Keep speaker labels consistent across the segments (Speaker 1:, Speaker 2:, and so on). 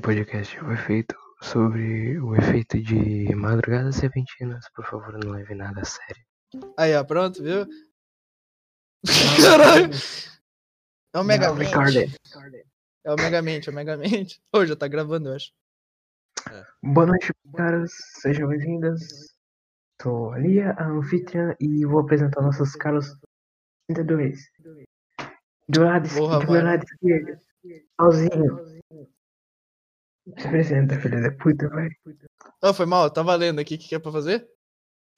Speaker 1: podcast foi feito sobre o efeito de madrugadas repentinas. Por favor, não leve nada a sério.
Speaker 2: Aí, ó, pronto, viu? Caralho! É o
Speaker 1: Uhum. Não,
Speaker 2: Megamente.
Speaker 1: Ricardo.
Speaker 2: É o Megamente, é o Megamente. Hoje já tá gravando, eu acho.
Speaker 1: Boa noite, caras. Sejam bem-vindas. Sou a Lia, a anfitriã, e vou apresentar nossos caros 32. Do lado, esquerdo,
Speaker 2: Porra,
Speaker 1: do meu
Speaker 2: mano.
Speaker 1: lado esquerdo, Alzinho. Se apresenta, filha da puta, vai.
Speaker 2: Ah, foi mal, tá valendo aqui. O que, que é pra fazer?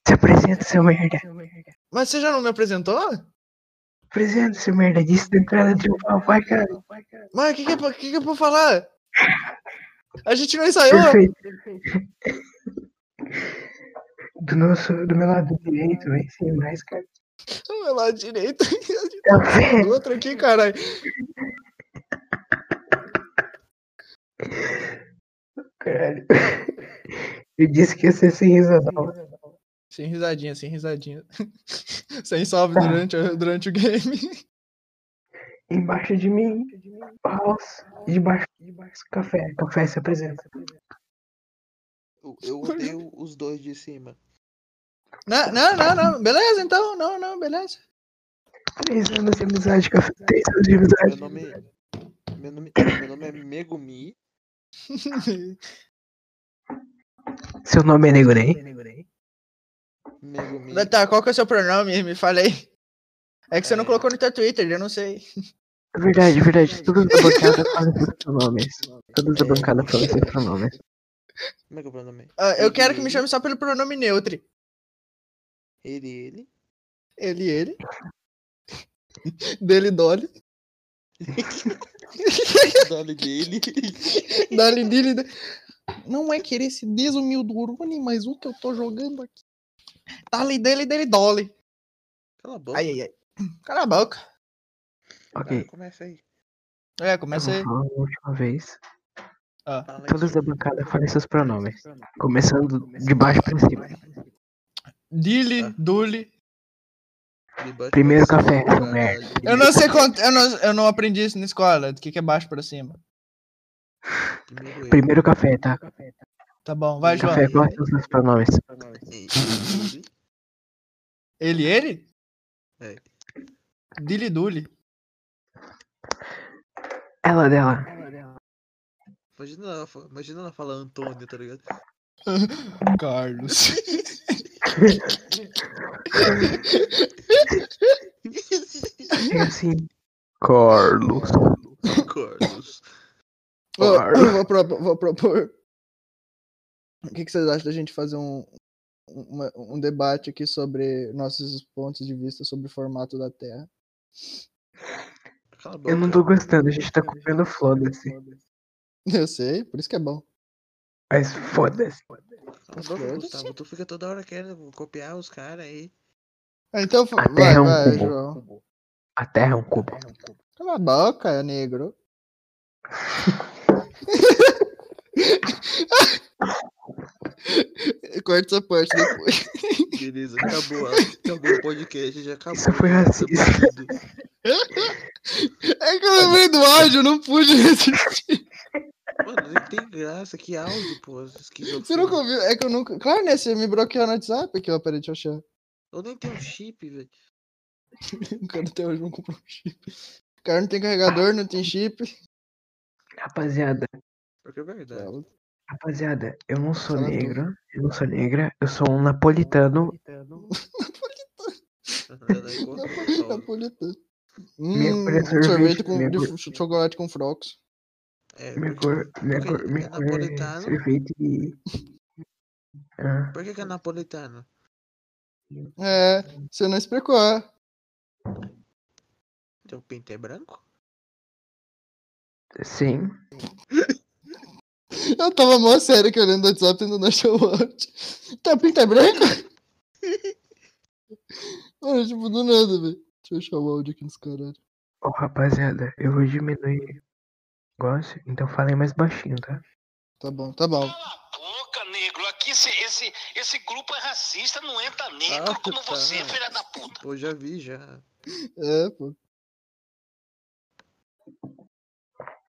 Speaker 1: Se apresenta, seu merda.
Speaker 2: Mas você já não me apresentou?
Speaker 1: Apresenta, seu merda. Disse da entrada de um pau, vai, cara.
Speaker 2: Mas o que, que, é pra- que, que é pra falar? A gente não ensaiou.
Speaker 1: Perfeito. Do, nosso, do meu lado direito, vai ser mais, cara.
Speaker 2: Meu lado direito.
Speaker 1: Tá vendo?
Speaker 2: O outro aqui, caralho.
Speaker 1: Caralho. Eu disse que ia ser sem risada.
Speaker 2: Sem risadinha, sem risadinha. sem
Speaker 1: Tá.
Speaker 2: salve durante, durante o game.
Speaker 1: Embaixo de mim, house. Debaixo, debaixo, café. Café se apresenta.
Speaker 3: Eu, eu odeio os dois de cima.
Speaker 2: Não, não, não, não. Beleza, então. Não, não, beleza.
Speaker 1: Três anos de amizade, café. Três anos de
Speaker 3: Meu
Speaker 1: amizade.
Speaker 3: nome, meu nome, meu nome é Megumi.
Speaker 1: Seu nome é Negurei?
Speaker 3: Megumi.
Speaker 2: tá, qual que é o seu pronome? Me falei. É que você não colocou no teu Twitter, eu não sei.
Speaker 1: É Verdade, verdade. Todas da bancada falam seus pronomes. Todas da bancada falam seus pronomes.
Speaker 3: Como é que é o pronome?
Speaker 2: Ah, eu quero que me chame só pelo pronome neutro.
Speaker 3: Ele, ele.
Speaker 2: Ele, ele. Dele, dole.
Speaker 3: Dali dele.
Speaker 2: Dali, dele. de- Não é querer se desumildo Urune, mas o que eu tô jogando aqui. Dali, dele, dele, dole.
Speaker 3: Cala a boca.
Speaker 2: Ai, ai, ai. Cala a boca.
Speaker 3: cara,
Speaker 1: Ok.
Speaker 3: começa aí.
Speaker 2: É,
Speaker 1: Eu
Speaker 2: começa
Speaker 1: vou
Speaker 2: aí.
Speaker 1: falar uma última vez.
Speaker 2: Ah.
Speaker 3: Fala aí.
Speaker 1: Todas da bancada falam seus pronomes. Começando de baixo pra cima.
Speaker 2: Dili, dule.
Speaker 3: Me bate
Speaker 1: Primeiro
Speaker 3: pra
Speaker 1: café,
Speaker 3: cima,
Speaker 1: seu merda.
Speaker 3: caralho.
Speaker 2: Eu não sei quanto. Eu não, eu não aprendi isso na escola. Do que, que é baixo pra cima.
Speaker 3: Primeiro ele.
Speaker 1: Primeiro café, tá?
Speaker 2: Tá bom, vai, João.
Speaker 1: Café, quais são seus pronomes?
Speaker 3: E- e- e-
Speaker 2: Ele, ele?
Speaker 3: É.
Speaker 2: Dili, dule.
Speaker 1: Ela dela.
Speaker 3: Imagina ela, fa- imagina ela falar Antônio, tá ligado?
Speaker 2: Carlos.
Speaker 1: É assim. Carlos.
Speaker 3: Carlos.
Speaker 2: Vou,
Speaker 1: Claro.
Speaker 2: vou propo- vou propor. O que, que vocês acham da gente fazer um, um- uma- um debate aqui sobre nossos pontos de vista sobre o formato da Terra?
Speaker 3: Cala a boca.
Speaker 1: Eu não tô gostando, a gente tá comendo foda-se.
Speaker 2: Eu sei, por isso que é bom.
Speaker 1: Mas foda-se.
Speaker 3: Cala a boca,
Speaker 2: Foda-se.
Speaker 3: Gustavo. tá Tu fica toda hora querendo copiar os caras aí.
Speaker 2: Ah, Então, fa-
Speaker 1: A
Speaker 2: vai,
Speaker 1: Terra é um
Speaker 2: vai,
Speaker 1: cubo.
Speaker 2: João.
Speaker 1: A terra é um cubo.
Speaker 2: Cala a boca, negro. Corta essa parte depois.
Speaker 3: Beleza, acabou. Acabou o podcast, já acabou.
Speaker 1: Isso foi
Speaker 3: tá
Speaker 1: racista.
Speaker 3: banido.
Speaker 2: É que eu lembrei do áudio, eu não pude resistir.
Speaker 3: Mano, nem tem graça, que áudio, pô.
Speaker 2: Você nunca ouviu? É que eu nunca. Claro, né? Você me bloqueou no WhatsApp aqui, ó. Peraí, deixa eu achar.
Speaker 3: Eu nem tenho chip, velho.
Speaker 2: O cara até hoje não comprou um chip. O cara não tem carregador, não tem chip.
Speaker 1: Rapaziada,
Speaker 3: Porque é verdade.
Speaker 1: rapaziada, eu não sou
Speaker 2: Fala tu.
Speaker 1: negro. Eu não sou negra, eu sou um napolitano.
Speaker 3: Ela é igual a Paulo.
Speaker 2: Napolitano.
Speaker 1: Minha
Speaker 2: Hum,
Speaker 1: cor é
Speaker 2: sorvete
Speaker 1: sorvete,
Speaker 2: com
Speaker 1: minha
Speaker 2: de
Speaker 1: cor-
Speaker 2: ch- chocolate com frocos.
Speaker 3: É,
Speaker 1: Minha
Speaker 3: porque-
Speaker 1: cor, minha
Speaker 3: porque
Speaker 1: cor, minha
Speaker 3: é
Speaker 1: cor é
Speaker 3: napolitano.
Speaker 1: sorvete e. Ah,
Speaker 3: Por que, que é napolitano?
Speaker 2: É, você não explicou. é.
Speaker 3: Teu pinto é branco?
Speaker 1: sim.
Speaker 2: Eu tava mó sério que olhando o WhatsApp e não achar o áudio. Tá pinta é branco? Mano, tipo, do nada, velho. Deixa eu achar o áudio aqui nos caralho.
Speaker 1: Ô, rapaziada, eu vou diminuir o negócio, então falem mais baixinho, tá?
Speaker 2: Tá bom, tá bom.
Speaker 4: boca, negro. Aqui esse, esse, esse grupo é racista, não entra negro
Speaker 3: Ah,
Speaker 4: como
Speaker 3: tá.
Speaker 4: você, filha da puta.
Speaker 3: Eu já vi, já.
Speaker 2: É, pô.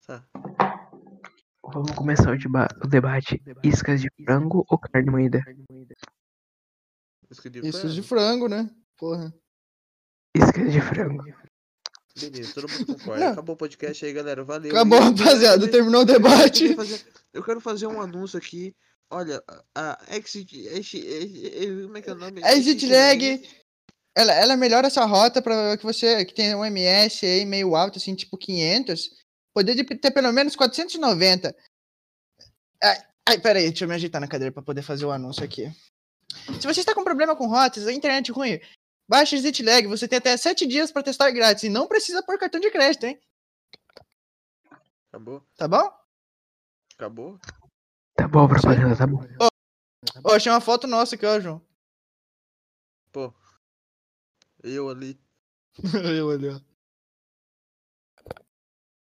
Speaker 3: Tá.
Speaker 1: Vamos começar o, deba- o debate. Iscas de frango ou carne moída?
Speaker 3: Isca de
Speaker 2: Isso
Speaker 3: frango.
Speaker 2: de frango, né? Porra.
Speaker 1: Iscas de frango.
Speaker 3: Beleza, todo mundo concorda.
Speaker 2: Não.
Speaker 3: Acabou o podcast aí, galera. Valeu.
Speaker 2: Acabou,
Speaker 3: E-
Speaker 2: rapaziada. Terminou o
Speaker 3: Eu
Speaker 2: debate.
Speaker 3: quero fazer- Eu quero fazer um anúncio aqui. Olha, a- a Exit. Exit- Exit- Como é que é o nome?
Speaker 2: Exit lag.
Speaker 3: Lag.
Speaker 2: Ela, ela melhora essa rota para que você, que tem um MS aí meio alto, assim, tipo 500, poder de ter pelo menos 490. Ai, ai, peraí, deixa eu me ajeitar na cadeira para poder fazer o anúncio aqui. Se você está com problema com rotas, a internet ruim, baixa Exit lag, você tem até 7 dias para testar grátis e não precisa pôr cartão de crédito, hein?
Speaker 3: Acabou?
Speaker 2: Tá bom?
Speaker 3: Acabou?
Speaker 1: Tá bom, propaganda, tá bom.
Speaker 2: Ó, achei uma foto nossa aqui, ó, João.
Speaker 3: Eu ali.
Speaker 2: eu ali, ó.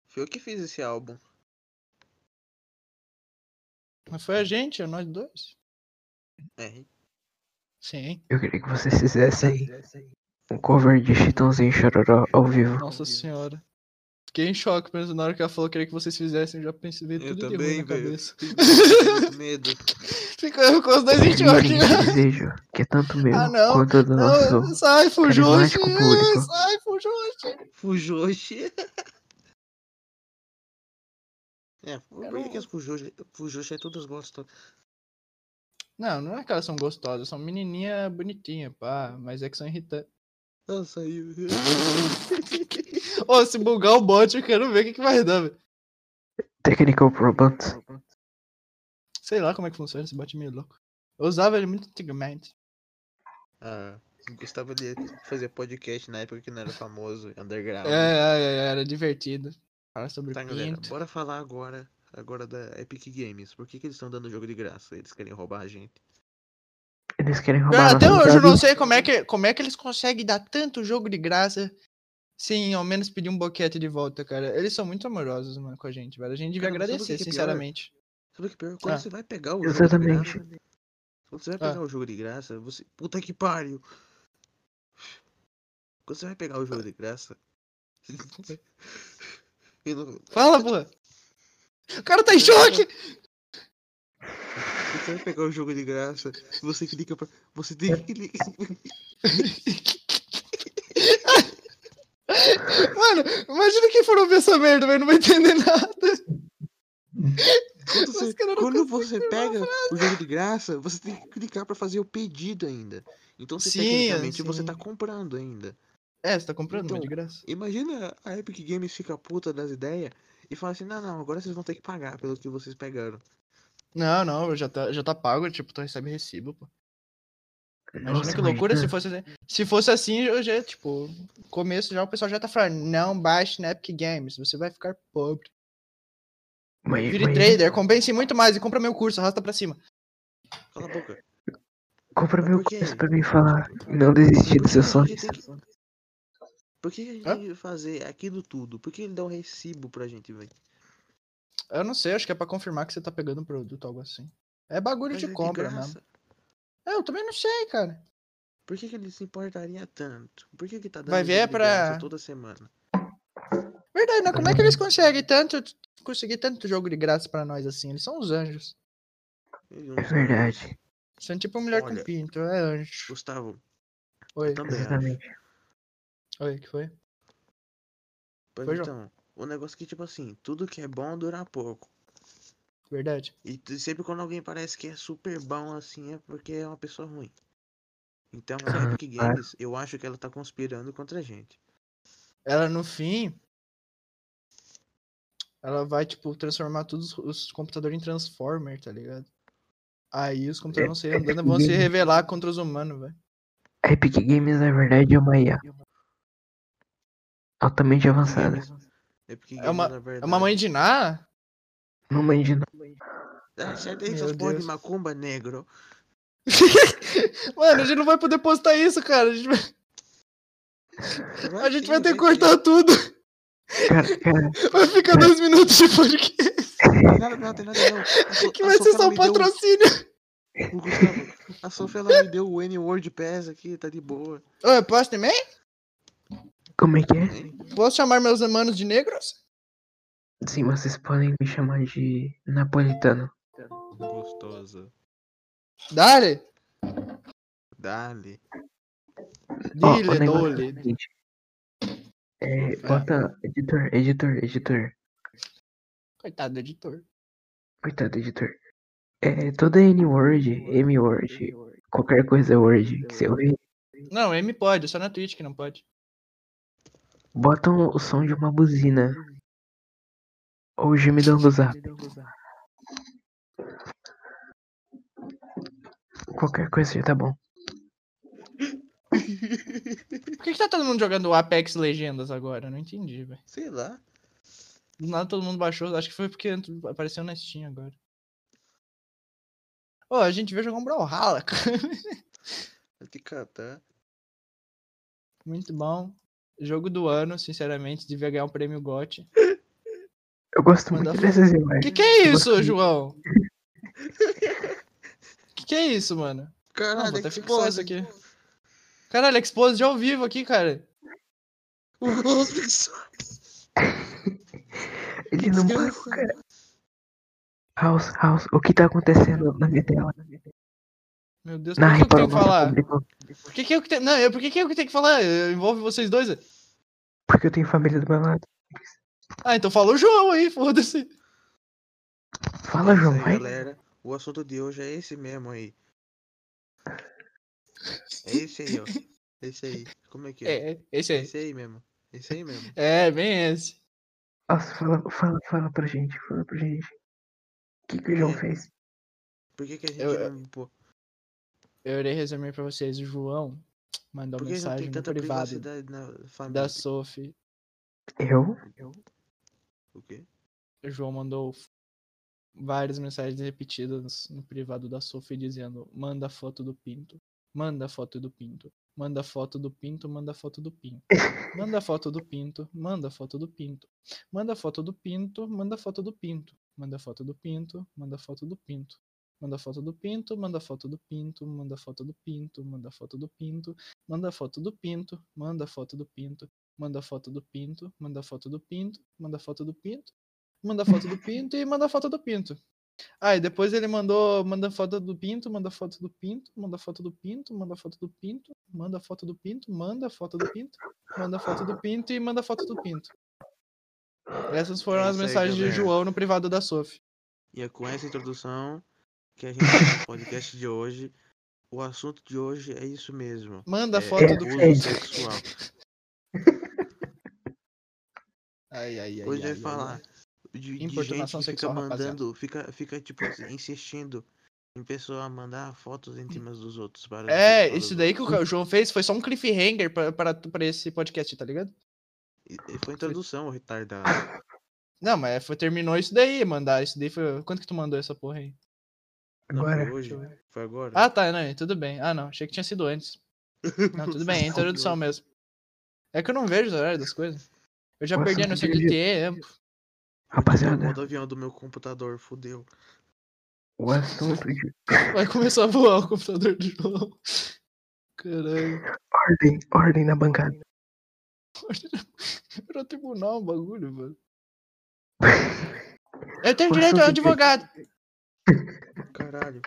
Speaker 3: Fui eu que fiz esse álbum.
Speaker 2: Mas foi a gente, é nós dois.
Speaker 3: É.
Speaker 2: Sim.
Speaker 1: Eu queria que vocês fizessem um cover de Chitãozinho e Chororó ao vivo.
Speaker 2: Nossa senhora. Fiquei em choque mesmo na hora que ela falou que queria que vocês fizessem. Eu já pensei veio
Speaker 3: Eu
Speaker 2: tudo de ruim
Speaker 3: também,
Speaker 2: na
Speaker 3: velho.
Speaker 2: cabeça.
Speaker 3: Fiquei com medo.
Speaker 2: Ficou com os dois em
Speaker 1: Exprime
Speaker 2: choque.
Speaker 1: esse desejo, que é tanto meu
Speaker 2: né? Ah, não.
Speaker 1: quanto do nosso.
Speaker 2: Não, sai, Fujoshi!
Speaker 1: carismático público.
Speaker 2: Sai, Fujoshi!
Speaker 3: Fujoshi. É, por
Speaker 2: Cara,
Speaker 3: que, que as Fujoshi, Fujoshi aí é todas gostam?
Speaker 2: Não, não é que elas são gostosas, são menininha bonitinha, pá, mas é que são irritantes.
Speaker 3: Ela saiu.
Speaker 2: Ô, se bugar o bot, eu quero ver o que, que vai dar, velho.
Speaker 1: Technical Problems.
Speaker 2: Sei lá como é que funciona esse bot meio louco. Eu usava ele muito antigamente.
Speaker 3: Ah, gostava de fazer podcast na época que não era famoso, underground.
Speaker 2: É, é, é, era divertido. Falar sobre
Speaker 3: Ah, Tá, galera,
Speaker 2: pinto.
Speaker 3: bora falar agora, agora da Epic Games. Por que, que eles estão dando jogo de graça? Eles querem roubar a gente.
Speaker 1: Eles querem
Speaker 2: Cara,
Speaker 1: roubar
Speaker 2: Ah, até
Speaker 1: a nossa
Speaker 2: hoje eu não
Speaker 1: vida.
Speaker 2: sei como é, que, como é que eles conseguem dar tanto jogo de graça sem ao menos pedir um boquete de volta, cara. Eles são muito amorosos, mano, com a gente, velho. A gente devia
Speaker 3: Cara, mas sabe o que
Speaker 2: agradecer,
Speaker 3: que é pior?
Speaker 2: sinceramente.
Speaker 3: Sabe o que é pior? Quando
Speaker 2: Ah,
Speaker 3: você vai pegar o
Speaker 1: exatamente.
Speaker 3: jogo de graça. né? Quando você vai
Speaker 2: Ah.
Speaker 3: pegar o jogo de graça, você. Puta que pariu! Quando você vai pegar o jogo de graça. eu não-
Speaker 2: Fala, porra! é O cara tá em choque!
Speaker 3: Quando você vai pegar o jogo de graça, você clica pra. Você tem que clicar.
Speaker 2: Mano, imagina quem for ouvir essa merda, velho. Não vai entender nada.
Speaker 3: Quando você,
Speaker 2: Os caras não
Speaker 3: quando
Speaker 2: conseguem
Speaker 3: você
Speaker 2: terminar a
Speaker 3: pega o jogo de graça, você tem que clicar pra fazer o pedido ainda. Então, você,
Speaker 2: Sim,
Speaker 3: tecnicamente, você tá
Speaker 2: sim.
Speaker 3: comprando ainda.
Speaker 2: É, você tá comprando, mas
Speaker 3: Então,
Speaker 2: de graça.
Speaker 3: Imagina a Epic Games fica puta das ideias e fala assim: não, não, agora vocês vão ter que pagar pelo que vocês pegaram.
Speaker 2: Não, não, já tá, já tá pago, tipo, tu recebe recibo, pô. Imagina
Speaker 1: Nossa,
Speaker 2: que loucura se
Speaker 1: imagina.
Speaker 2: fosse assim. Se fosse assim, eu já, tipo, começo já o pessoal já tá falando, não baixe na Epic Games, você vai ficar pobre.
Speaker 1: Imagina-
Speaker 2: Vire
Speaker 1: imagina-
Speaker 2: trader, compense muito mais e compra meu curso, arrasta pra cima.
Speaker 3: Cala a boca.
Speaker 1: Compra
Speaker 3: Mas
Speaker 1: meu
Speaker 3: por quê?
Speaker 1: curso pra mim falar. Não desistir dos seus
Speaker 3: Por
Speaker 1: sonhos. É
Speaker 3: que tem que- Por que a gente
Speaker 2: Hã?
Speaker 3: tem que fazer aquilo tudo? Por que ele dá um recibo pra gente, velho?
Speaker 2: Eu não sei, acho que é pra confirmar que você tá pegando um produto, algo assim. É bagulho
Speaker 3: Mas é
Speaker 2: de compra
Speaker 3: graça.
Speaker 2: mesmo. É, eu também não sei, cara.
Speaker 3: Por que, que ele se importaria tanto? Por que, que tá dando
Speaker 2: Vai ver
Speaker 3: jogo
Speaker 2: é
Speaker 3: de graça
Speaker 2: pra-
Speaker 3: toda semana?
Speaker 2: Verdade, né? Como é que eles conseguem tanto, conseguir tanto jogo de graça pra nós assim? Eles são os anjos.
Speaker 3: Ele não
Speaker 1: É
Speaker 3: sabe.
Speaker 1: verdade.
Speaker 2: São tipo mulher
Speaker 3: Olha.
Speaker 2: com pinto, é anjo.
Speaker 3: Gustavo,
Speaker 2: Oi,
Speaker 3: também acho.
Speaker 1: Exatamente.
Speaker 2: oi, que foi?
Speaker 3: Pois
Speaker 2: Foi, João.
Speaker 3: então, o negócio que, tipo assim, tudo que é bom dura pouco.
Speaker 2: Verdade.
Speaker 3: E t- sempre quando alguém parece que é super bom assim, é porque é uma pessoa ruim. Então, a
Speaker 1: Aham,
Speaker 3: Epic
Speaker 1: claro.
Speaker 3: Games, eu acho que ela tá conspirando contra a gente.
Speaker 2: ela no fim ela vai tipo transformar todos os computadores em transformer, tá ligado? Aí os computadores vão se andando, vão se revelar contra os humanos, velho.
Speaker 1: A Epic Games, na verdade, é uma IA. Altamente avançada.
Speaker 3: Epic
Speaker 2: É uma-
Speaker 3: na verdade.
Speaker 2: É uma mãe de Ná?
Speaker 1: Mamãe de
Speaker 3: Ah, sai daí,
Speaker 2: Meu
Speaker 3: seus porra de
Speaker 2: Deus.
Speaker 3: macumba negro.
Speaker 2: Mano, a gente não vai poder postar isso, cara. A gente vai, a gente
Speaker 3: sim,
Speaker 2: vai ter que
Speaker 3: sim.
Speaker 2: cortar tudo.
Speaker 1: Cara, cara,
Speaker 2: Vai ficar dois minutos de podcast.
Speaker 3: Tem nada, não, tem nada não. A So-
Speaker 2: Que
Speaker 3: a
Speaker 2: vai ser
Speaker 3: Sofia,
Speaker 2: só
Speaker 3: ela
Speaker 2: o
Speaker 3: me um deu o-
Speaker 2: patrocínio.
Speaker 3: Ô, Gustavo, a Sofia ela me deu o N-Word Pass aqui, tá de boa.
Speaker 2: Ô, posso também?
Speaker 1: como é que é?
Speaker 2: Posso chamar meus manos de negros?
Speaker 1: Sim, mas vocês podem me chamar de napolitano.
Speaker 3: Gostosa.
Speaker 2: Dale!
Speaker 3: Dali.
Speaker 1: Ó, o
Speaker 2: Dile,
Speaker 1: negócio é o
Speaker 2: dole.
Speaker 1: seguinte. É, bota, editor, editor, editor.
Speaker 2: Coitado do editor.
Speaker 1: Coitado, editor. É, toda N-word, M-word, qualquer coisa é word que você ouvir,
Speaker 2: Não, M pode, só na Twitch que não pode.
Speaker 1: botam o som de uma buzina. Ou o gemidão do um zap. Qualquer coisa já tá bom.
Speaker 2: Por que, que tá todo mundo jogando Apex Legendas agora? Eu não entendi, velho.
Speaker 3: Sei lá.
Speaker 2: Do nada todo mundo baixou, acho que foi porque entrou- apareceu na Steam agora. Ô, a gente veio jogar um Brawlhalla, cara.
Speaker 3: Vai te catar.
Speaker 2: Muito bom. Jogo do ano, sinceramente, devia ganhar um prêmio GOT.
Speaker 1: Eu gosto
Speaker 2: Manda
Speaker 1: muito
Speaker 2: foto.
Speaker 1: dessas imagens.
Speaker 2: Que que é
Speaker 1: Eu gosto
Speaker 3: assim?
Speaker 2: isso,
Speaker 1: muito.
Speaker 2: João? Que que é isso, mano? Não,
Speaker 3: Caralho, é
Speaker 2: vou até
Speaker 3: que
Speaker 2: fixar
Speaker 3: porra
Speaker 2: isso aqui. Caralho, Exposed ao vivo aqui, cara.
Speaker 3: Os pessoas.
Speaker 2: é
Speaker 1: Ele não parou,
Speaker 3: Desgraçado.
Speaker 1: cara. House, House, o que tá acontecendo na minha tela?
Speaker 2: Meu Deus, por
Speaker 1: Na
Speaker 2: que eu que tenho que
Speaker 1: reprova
Speaker 2: falar?
Speaker 1: público.
Speaker 2: Por que, que eu que tenho. Não, eu, por que, que eu que tenho que falar? Eu- envolve vocês dois.
Speaker 1: Porque eu tenho família do meu lado.
Speaker 2: Ah, então fala o João aí, foda-se.
Speaker 1: Fala,
Speaker 3: Isso
Speaker 1: João,
Speaker 3: aí,
Speaker 1: vai.
Speaker 3: galera. O assunto de hoje é esse mesmo aí. É esse aí, ó. Esse aí. Como é que é?
Speaker 2: É, é, esse aí.
Speaker 3: Esse aí mesmo. Esse aí mesmo.
Speaker 2: É, bem esse.
Speaker 1: Nossa, fala, fala, fala pra gente, fala pra gente. O que, que o João
Speaker 3: É.
Speaker 1: fez?
Speaker 3: Por que, que a gente
Speaker 2: Eu- é, eu-
Speaker 3: não. Pô,
Speaker 2: Eu irei resumir pra vocês. O João mandou
Speaker 3: por que não
Speaker 2: mensagem
Speaker 3: tem
Speaker 2: no
Speaker 3: tanta
Speaker 2: privado
Speaker 3: privacidade na família?
Speaker 2: da Sophie.
Speaker 1: Eu?
Speaker 3: O quê?
Speaker 2: O João mandou f- várias mensagens repetidas no privado da Sophie dizendo: manda foto do pinto, manda foto do pinto, manda foto do pinto, manda foto do pinto, manda foto do pinto, manda foto do pinto, manda foto do pinto, manda foto do pinto, manda foto do pinto, manda foto do pinto. Manda foto do pinto, manda foto do pinto, manda foto do pinto, manda foto do pinto, manda foto do pinto, manda foto do pinto, manda foto do pinto, manda foto do pinto, manda foto do pinto, manda foto do pinto e manda foto do pinto. Aí e depois ele mandou, manda foto do pinto, manda foto do pinto, manda foto do pinto, manda foto do pinto, manda foto do pinto, manda foto do pinto, manda foto do pinto e manda foto do pinto. Essas foram as
Speaker 3: isso aí, é.
Speaker 2: mensagens de
Speaker 3: galera.
Speaker 2: João no privado da Sophie.
Speaker 3: E é com essa introdução que a gente tem o podcast de hoje. O assunto de hoje é isso mesmo.
Speaker 2: Manda
Speaker 3: é
Speaker 2: foto do
Speaker 3: abuso
Speaker 1: pinto.
Speaker 3: sexual.
Speaker 2: Ai, ai, ai.
Speaker 3: Hoje
Speaker 2: ai,
Speaker 3: vai
Speaker 2: ai,
Speaker 3: falar
Speaker 2: ai.
Speaker 3: de, de gente
Speaker 2: né? Importunação
Speaker 3: que fica
Speaker 2: sexual, rapaziada.
Speaker 3: mandando, fica, fica tipo assim, insistindo em pessoa a mandar fotos íntimas dos outros para os-
Speaker 2: É,
Speaker 3: para
Speaker 2: isso
Speaker 3: os
Speaker 2: daí que
Speaker 3: outros.
Speaker 2: o João fez foi só um cliffhanger pra, pra, pra esse podcast, tá ligado?
Speaker 3: E- e Foi introdução, ô retardado.
Speaker 2: Não, mas foi, terminou isso daí, mandar isso daí foi. Quanto que tu mandou essa porra aí?
Speaker 3: Não,
Speaker 1: Agora. é.
Speaker 3: Foi hoje? Foi agora?
Speaker 2: Ah, tá, não, tudo bem. Ah, não, achei que tinha sido antes. Não, tudo bem, é introdução mesmo. É que eu não vejo os horários das coisas. Eu já
Speaker 1: Nossa,
Speaker 2: perdi a
Speaker 1: não
Speaker 2: noção de
Speaker 1: entendi.
Speaker 2: tempo.
Speaker 3: O
Speaker 1: Rapaziada,
Speaker 3: modo avião do meu computador, fudeu.
Speaker 1: o assunto de
Speaker 2: Vai começar a voar o computador de João. Caralho.
Speaker 1: ordem, ordem na bancada.
Speaker 2: Era um tribunal o bagulho, mano. Eu tenho
Speaker 1: O
Speaker 2: direito ao
Speaker 1: assunto de-
Speaker 2: advogado.
Speaker 3: Caralho.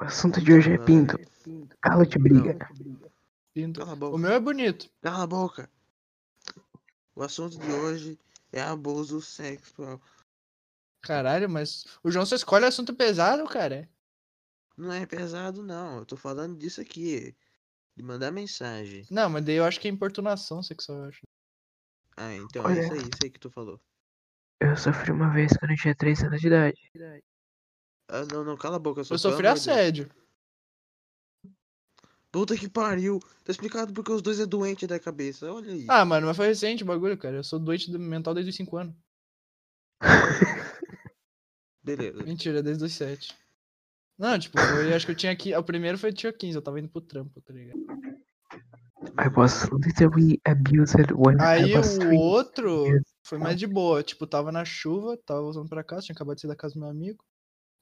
Speaker 1: O assunto de hoje é
Speaker 3: Caralho.
Speaker 1: pinto. Cala te briga.
Speaker 2: Pinto.
Speaker 3: Cala a
Speaker 2: O
Speaker 3: boca.
Speaker 2: meu é bonito.
Speaker 3: Cala a boca. O assunto de hoje é abuso sexual.
Speaker 2: Caralho, mas o João só escolhe assunto pesado, cara.
Speaker 3: Não é pesado, não. Eu tô falando disso aqui. De mandar mensagem.
Speaker 2: Não, mas daí eu acho que é importunação sexual, eu acho.
Speaker 3: Ah, então
Speaker 1: Olha.
Speaker 3: é isso aí, isso aí que tu falou.
Speaker 1: Eu sofri uma vez quando eu tinha 3 anos de idade.
Speaker 3: Ah, não, não, cala a boca, só
Speaker 2: Eu
Speaker 3: pelo
Speaker 2: sofri
Speaker 3: amor de Deus.
Speaker 2: assédio.
Speaker 3: Puta que pariu. Tá explicado porque os dois é doente da cabeça. Olha aí.
Speaker 2: Ah, mano, mas foi recente o bagulho, cara. Eu sou doente do- mental desde os 5 anos.
Speaker 3: Beleza.
Speaker 2: Mentira, desde os 7. Não, tipo, foi, acho que eu tinha aqui. O primeiro foi eu tinha 15, eu tava indo pro trampo, tá ligado?
Speaker 1: I was literally abused when
Speaker 2: Aí
Speaker 1: I was
Speaker 2: o
Speaker 1: three.
Speaker 2: outro
Speaker 1: years
Speaker 2: foi mais de boa. Tipo, tava na chuva, tava voltando pra casa, tinha acabado de sair da casa do meu amigo.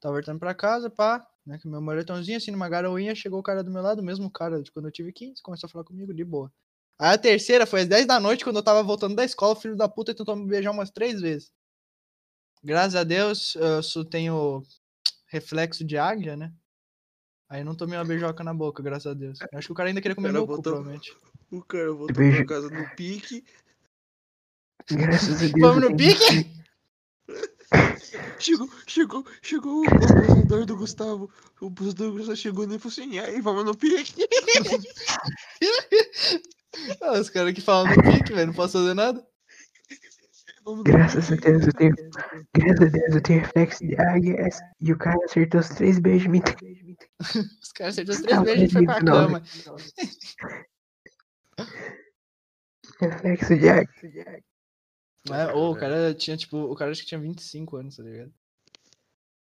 Speaker 2: Tava voltando pra casa, pá, né? Com meu moletomzinho, assim, numa garoinha, chegou o cara do meu lado, o mesmo cara de quando eu tive 15, começou a falar comigo, de boa. Aí a terceira foi às 10 da noite, quando eu tava voltando da escola, o filho da puta tentou me beijar umas três vezes. Graças a Deus, eu só tenho reflexo de águia, né? Aí eu não tomei uma beijoca na boca, graças a Deus. Eu acho que o cara ainda queria comer
Speaker 3: Cara,
Speaker 2: meu cu,
Speaker 3: botou-
Speaker 2: provavelmente.
Speaker 3: O cara voltou
Speaker 1: Beijo.
Speaker 3: pra casa no pique,
Speaker 1: Graças a Deus.
Speaker 2: Vamos
Speaker 1: eu
Speaker 2: no
Speaker 1: tenho-
Speaker 2: pique?
Speaker 3: chegou, chegou, chegou o abusador do Gustavo. O abusador do Gustavo chegou nele e falou assim, e aí, vamos no pique.
Speaker 2: Ah, Os caras que falam no pique, velho, não posso fazer nada.
Speaker 3: Vamos no
Speaker 1: Graças a
Speaker 3: pique."
Speaker 1: Deus eu tenho. Graças a Deus eu tenho reflexo de águia. E o cara acertou os três beijos. Me
Speaker 2: Os caras acertaram os três
Speaker 1: Não,
Speaker 2: vezes, a gente foi pra
Speaker 1: acredito, não.
Speaker 2: cama.
Speaker 1: reflexo de águia.
Speaker 2: Mas, ô, o cara tinha, tipo, o cara acho que tinha 25 anos, tá ligado?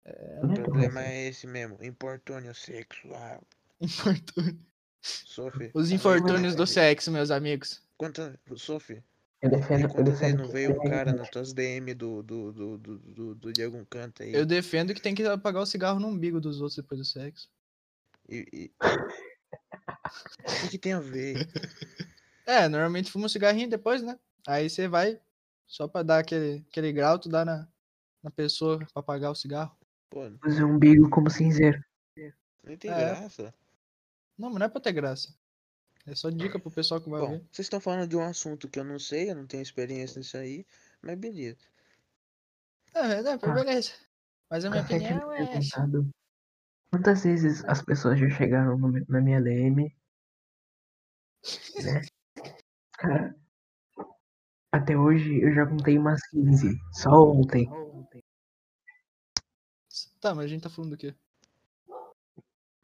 Speaker 1: Hum.
Speaker 3: O
Speaker 1: né,
Speaker 3: problema é esse mesmo, importúnio sexual.
Speaker 2: Infortúnio.
Speaker 3: Sophie.
Speaker 1: é
Speaker 2: Os infortúnios do sexo, meus amigos.
Speaker 3: é, Quanta, Sophie,
Speaker 1: Eu defendo,
Speaker 3: me
Speaker 1: eu
Speaker 3: conta se
Speaker 1: defendo.
Speaker 3: não veio um cara nas tuas DM do, do, do, do, do, do de algum canto aí.
Speaker 2: Eu defendo que tem que apagar o cigarro no umbigo dos outros depois do sexo.
Speaker 3: E, e- O que, que tem a ver?
Speaker 2: É, normalmente fuma um cigarrinho depois, né? Aí você vai, só pra dar aquele, aquele grau, tu dá na, na pessoa pra apagar o cigarro.
Speaker 3: Pô,
Speaker 1: Usa o umbigo como cinzeiro.
Speaker 3: nem tem
Speaker 2: É.
Speaker 3: graça.
Speaker 2: Não, mas não é pra ter graça. É só dica pro pessoal que vai
Speaker 3: Bom,
Speaker 2: ver.
Speaker 3: vocês estão falando de um assunto que eu não sei, eu não tenho experiência nisso aí, mas beleza.
Speaker 2: É, né, pô, beleza. Mas a minha
Speaker 1: Café Ah. que
Speaker 2: opinião
Speaker 1: não
Speaker 2: é
Speaker 1: foi
Speaker 2: essa.
Speaker 1: contado. Quantas vezes as pessoas já chegaram no meu- na minha DM? Né? Cara, até hoje eu já contei umas 15. Só ontem.
Speaker 2: Tá, mas a gente tá falando do quê?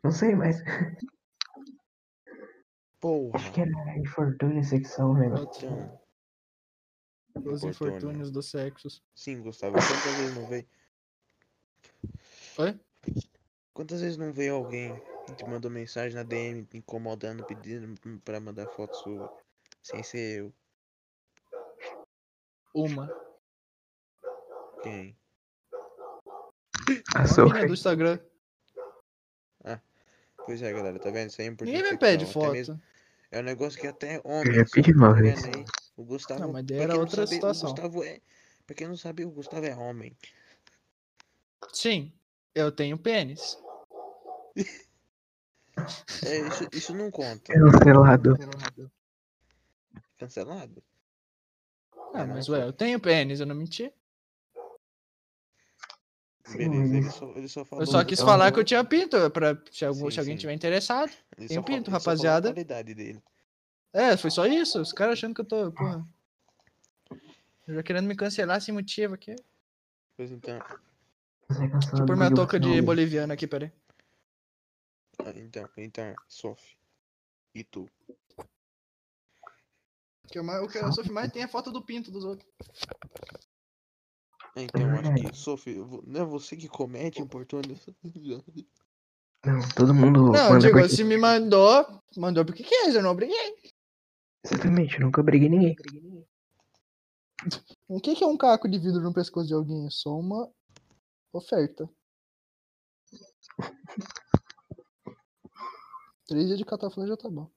Speaker 1: Não sei, mas
Speaker 3: Porra.
Speaker 2: é
Speaker 1: acho que era infortúnio né? sexual, velho.
Speaker 2: Outro,
Speaker 3: Então,
Speaker 2: Os
Speaker 3: infortúnio.
Speaker 2: infortúnios do sexo.
Speaker 3: sim, Gustavo, quantas vezes não veio?
Speaker 2: Oi?
Speaker 3: Quantas vezes não veio alguém que te mandou mensagem na DM te incomodando, pedindo pra mandar foto sua? Sem ser eu.
Speaker 2: Uma.
Speaker 3: Quem?
Speaker 1: A
Speaker 2: Uma
Speaker 1: Sophie.
Speaker 2: menina do Instagram.
Speaker 3: Pois é, galera, tá vendo? Isso aí é importante.
Speaker 2: Ninguém me pede foto.
Speaker 3: É um negócio que até
Speaker 1: Eu
Speaker 3: homem.
Speaker 1: já pedi uma vez.
Speaker 3: O Gustavo.
Speaker 2: Não, mas daí
Speaker 3: pra
Speaker 2: era
Speaker 3: quem
Speaker 2: outra
Speaker 3: sabe,
Speaker 2: situação.
Speaker 3: O Gustavo é. Pra quem não sabe, o Gustavo é homem.
Speaker 2: Sim, eu tenho pênis.
Speaker 3: É, isso, isso não conta.
Speaker 1: um Cancelado.
Speaker 3: Cancelado?
Speaker 2: Ah, mas ué, eu tenho pênis, eu não menti.
Speaker 3: Beleza, ele só, ele só falou.
Speaker 2: Eu só quis
Speaker 1: então-
Speaker 2: falar que eu tinha pinto, é pra, se, algum,
Speaker 3: um Sim,
Speaker 2: se alguém
Speaker 3: sim.
Speaker 2: tiver interessado.
Speaker 3: ele
Speaker 2: tem
Speaker 3: só
Speaker 2: um pinto,
Speaker 3: falou- ele só falou
Speaker 2: rapaziada.
Speaker 3: A qualidade dele.
Speaker 2: É, foi só isso. Os caras achando que eu tô, porra. Eu Já querendo me cancelar sem motivo aqui. Deixa
Speaker 3: Pois então.
Speaker 1: Você é
Speaker 2: eu
Speaker 1: cancelado.
Speaker 2: pôr Tipo, minha
Speaker 1: porque
Speaker 2: touca
Speaker 1: você
Speaker 2: de
Speaker 1: é um-
Speaker 2: boliviano aqui, peraí.
Speaker 3: ah, Então, então, Sophie. E tu?
Speaker 2: O que eu mais- o que eu sofro mais tem é foto do pinto dos outros.
Speaker 3: É, Então, eu acho que,
Speaker 1: verdade.
Speaker 3: Sophie, eu vou- não é você que comete importúnio.
Speaker 1: Não, todo mundo
Speaker 2: Não, eu
Speaker 1: manda
Speaker 2: digo,
Speaker 1: porque-
Speaker 2: se me mandou, mandou porque quis, é, eu não obriguei.
Speaker 1: Exatamente, eu nunca briguei ninguém.
Speaker 2: O que que é um caco de vidro no pescoço de alguém? É só uma oferta. Três dias de cataflã já tá bom.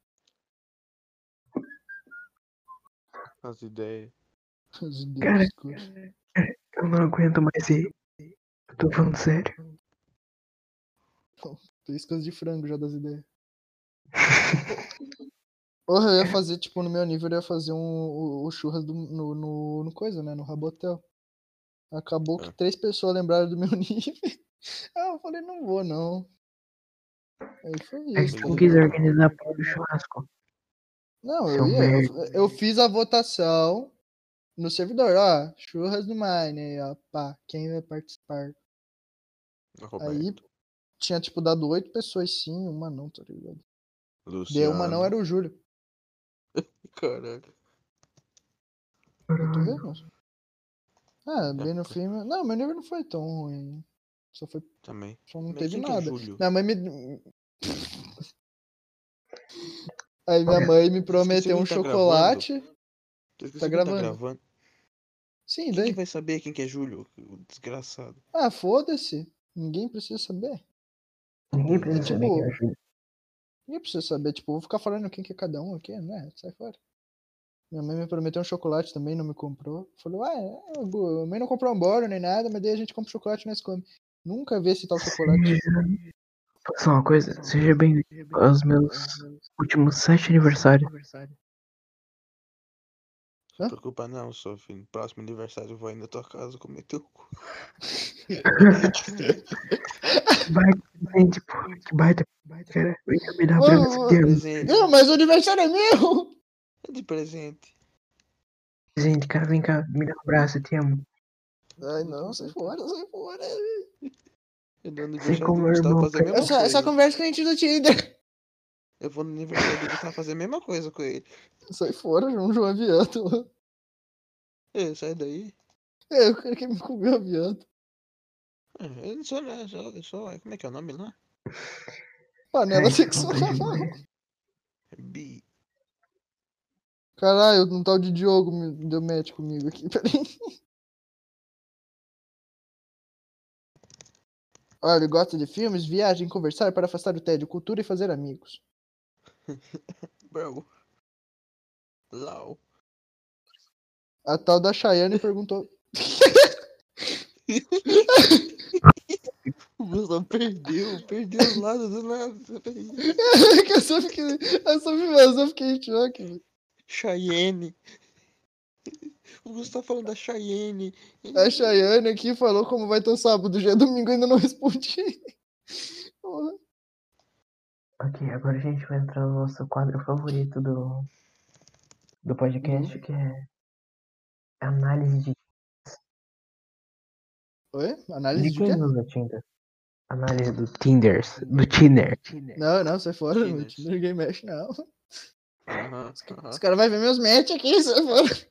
Speaker 3: As ideias.
Speaker 2: As
Speaker 1: Cara,
Speaker 2: ideias, coisas.
Speaker 1: Eu não aguento mais ir. Eu tô falando sério.
Speaker 2: Três coisas de frango já das ideias. Porra, eu ia fazer, tipo, no meu nível, eu ia fazer um, o, o churras do- no, no, no coisa, né? No Rabotel. Acabou que
Speaker 3: Ah.
Speaker 2: três pessoas lembraram do meu nível. ah, eu falei, não vou, não. Aí foi
Speaker 1: É
Speaker 2: isso.
Speaker 1: que
Speaker 2: tá
Speaker 1: tu não
Speaker 2: ligado?
Speaker 1: quis organizar a porra do churrasco.
Speaker 2: Não,
Speaker 1: Seu
Speaker 2: eu ia. Eu,
Speaker 1: merda.
Speaker 2: eu fiz a votação no servidor, ó. Churras do Mine, aí, ó. Pá, quem vai participar? Aí tinha, tipo, dado oito pessoas sim, uma não, tá ligado? Deu uma não, era o Júlio.
Speaker 3: Caraca.
Speaker 1: Hum.
Speaker 2: Tá vendo?
Speaker 3: É,
Speaker 2: Ah, bem no fim. meu- Não, meu nível não foi tão ruim. né? Só, foi,
Speaker 3: Também.
Speaker 2: só não
Speaker 3: Mas
Speaker 2: teve
Speaker 3: quem que é o
Speaker 2: nada.
Speaker 3: Júlio?
Speaker 2: Minha mãe me. Aí minha mãe me prometeu
Speaker 3: não
Speaker 2: um
Speaker 3: tá gravando?
Speaker 2: chocolate.
Speaker 3: Tu esqueceu
Speaker 2: Tá
Speaker 3: que
Speaker 2: gravando. Sim,
Speaker 3: Quem que
Speaker 2: daí.
Speaker 3: vai saber quem que é Júlio? O desgraçado.
Speaker 2: Ah, foda-se. Ninguém precisa saber.
Speaker 1: Ninguém precisa
Speaker 2: Tipo,
Speaker 1: saber que eu ajudo.
Speaker 2: Ninguém precisa saber, tipo, vou ficar falando quem que é cada um aqui, né? Sai fora. Minha mãe me prometeu um chocolate também, não me comprou. Falou, ah, é, Gu, a mãe não comprou um bolo nem nada, mas daí a gente compra chocolate e nós come. Nunca vi esse tal chocolate. tipo,
Speaker 1: Posso falar uma coisa? Seja bem-vindo aos meus últimos sete aniversários.
Speaker 3: Não se preocupa não, seu filho. No próximo aniversário eu vou aí na tua casa comer teu cu.
Speaker 1: Que baita, gente, pô. Que baita, baita, cara. Vem cá me dar pra
Speaker 2: Ô,
Speaker 1: você
Speaker 2: ô,
Speaker 1: ter um
Speaker 3: Presente.
Speaker 2: Não, mas o aniversário é meu!
Speaker 3: É de presente.
Speaker 1: presente, cara. Vem cá, me dá um abraço, eu te amo.
Speaker 2: Ai, não, sai fora, sai fora.
Speaker 3: Eu dou no
Speaker 1: Sei
Speaker 3: aniversário
Speaker 1: como
Speaker 3: do
Speaker 1: é
Speaker 3: Gustavo
Speaker 1: irmão,
Speaker 3: fazer a
Speaker 1: cara.
Speaker 3: mesma
Speaker 2: Essa,
Speaker 3: coisa.
Speaker 2: essa conversa que a gente do Tinder.
Speaker 3: Eu vou no aniversário do Gustavo fazer a mesma coisa com ele.
Speaker 2: Sai fora, João, João é viado.
Speaker 3: Ei, sai daí.
Speaker 2: É, o cara que me comeu é viado.
Speaker 3: Ah, Eu não sou, né? Só, só, como é que é o nome lá?
Speaker 2: Panela
Speaker 1: Ai, tá
Speaker 2: sexual.
Speaker 3: Bi.
Speaker 2: Caralho, um tal de Diogo me deu match comigo aqui, peraí. Olha, ele gosta de filmes, viagem, conversar para afastar o tédio, cultura e fazer amigos.
Speaker 3: Bro. Lau.
Speaker 2: A tal da Cheyenne perguntou.
Speaker 3: O Gustavo perdeu. Perdeu o lado do nada. peraí.
Speaker 2: Que eu só fiquei. Eu só, fiquei- eu só fiquei em choque, velho.
Speaker 3: Cheyenne. O Gustavo tá falando da Cheyenne.
Speaker 2: É A Chayane aqui falou como vai ter sábado. Já é domingo ainda não respondi. Porra.
Speaker 1: Ok, agora a gente vai entrar no nosso quadro favorito do, do
Speaker 2: Hum.
Speaker 1: podcast, que é análise de
Speaker 2: Oi? Análise
Speaker 1: de
Speaker 2: de quê?
Speaker 1: quem usa Tinder. Análise do Tinder, do Tinder.
Speaker 2: Não, não, sai fora.
Speaker 3: Tinder.
Speaker 2: não, Tinder Ninguém mexe, Tá. não.
Speaker 3: Aham, aham.
Speaker 2: Os caras vão ver meus match aqui, é sai fora.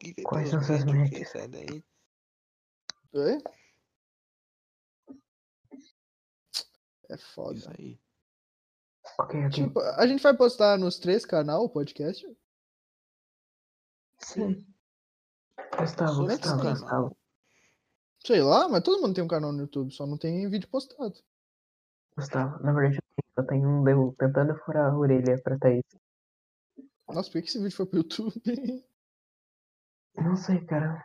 Speaker 3: Que que
Speaker 1: Quais
Speaker 3: tá
Speaker 1: são seus
Speaker 3: louco,
Speaker 1: matches?
Speaker 3: que Sai daí.
Speaker 2: Oi? É
Speaker 3: Isso
Speaker 2: foda.
Speaker 3: aí.
Speaker 1: Ok, ok.
Speaker 2: Tipo, a gente vai postar nos três canal o podcast?
Speaker 1: Sim. Gustavo,
Speaker 3: Sou
Speaker 1: Gustavo,
Speaker 3: mexicano.
Speaker 1: Gustavo.
Speaker 2: Sei lá, mas todo mundo tem um canal no YouTube, só não tem vídeo postado.
Speaker 1: Gustavo, na verdade eu tenho um devo tentando furar a orelha pra Thaís.
Speaker 2: Nossa, por que que esse vídeo foi pro YouTube?
Speaker 1: Não sei, cara.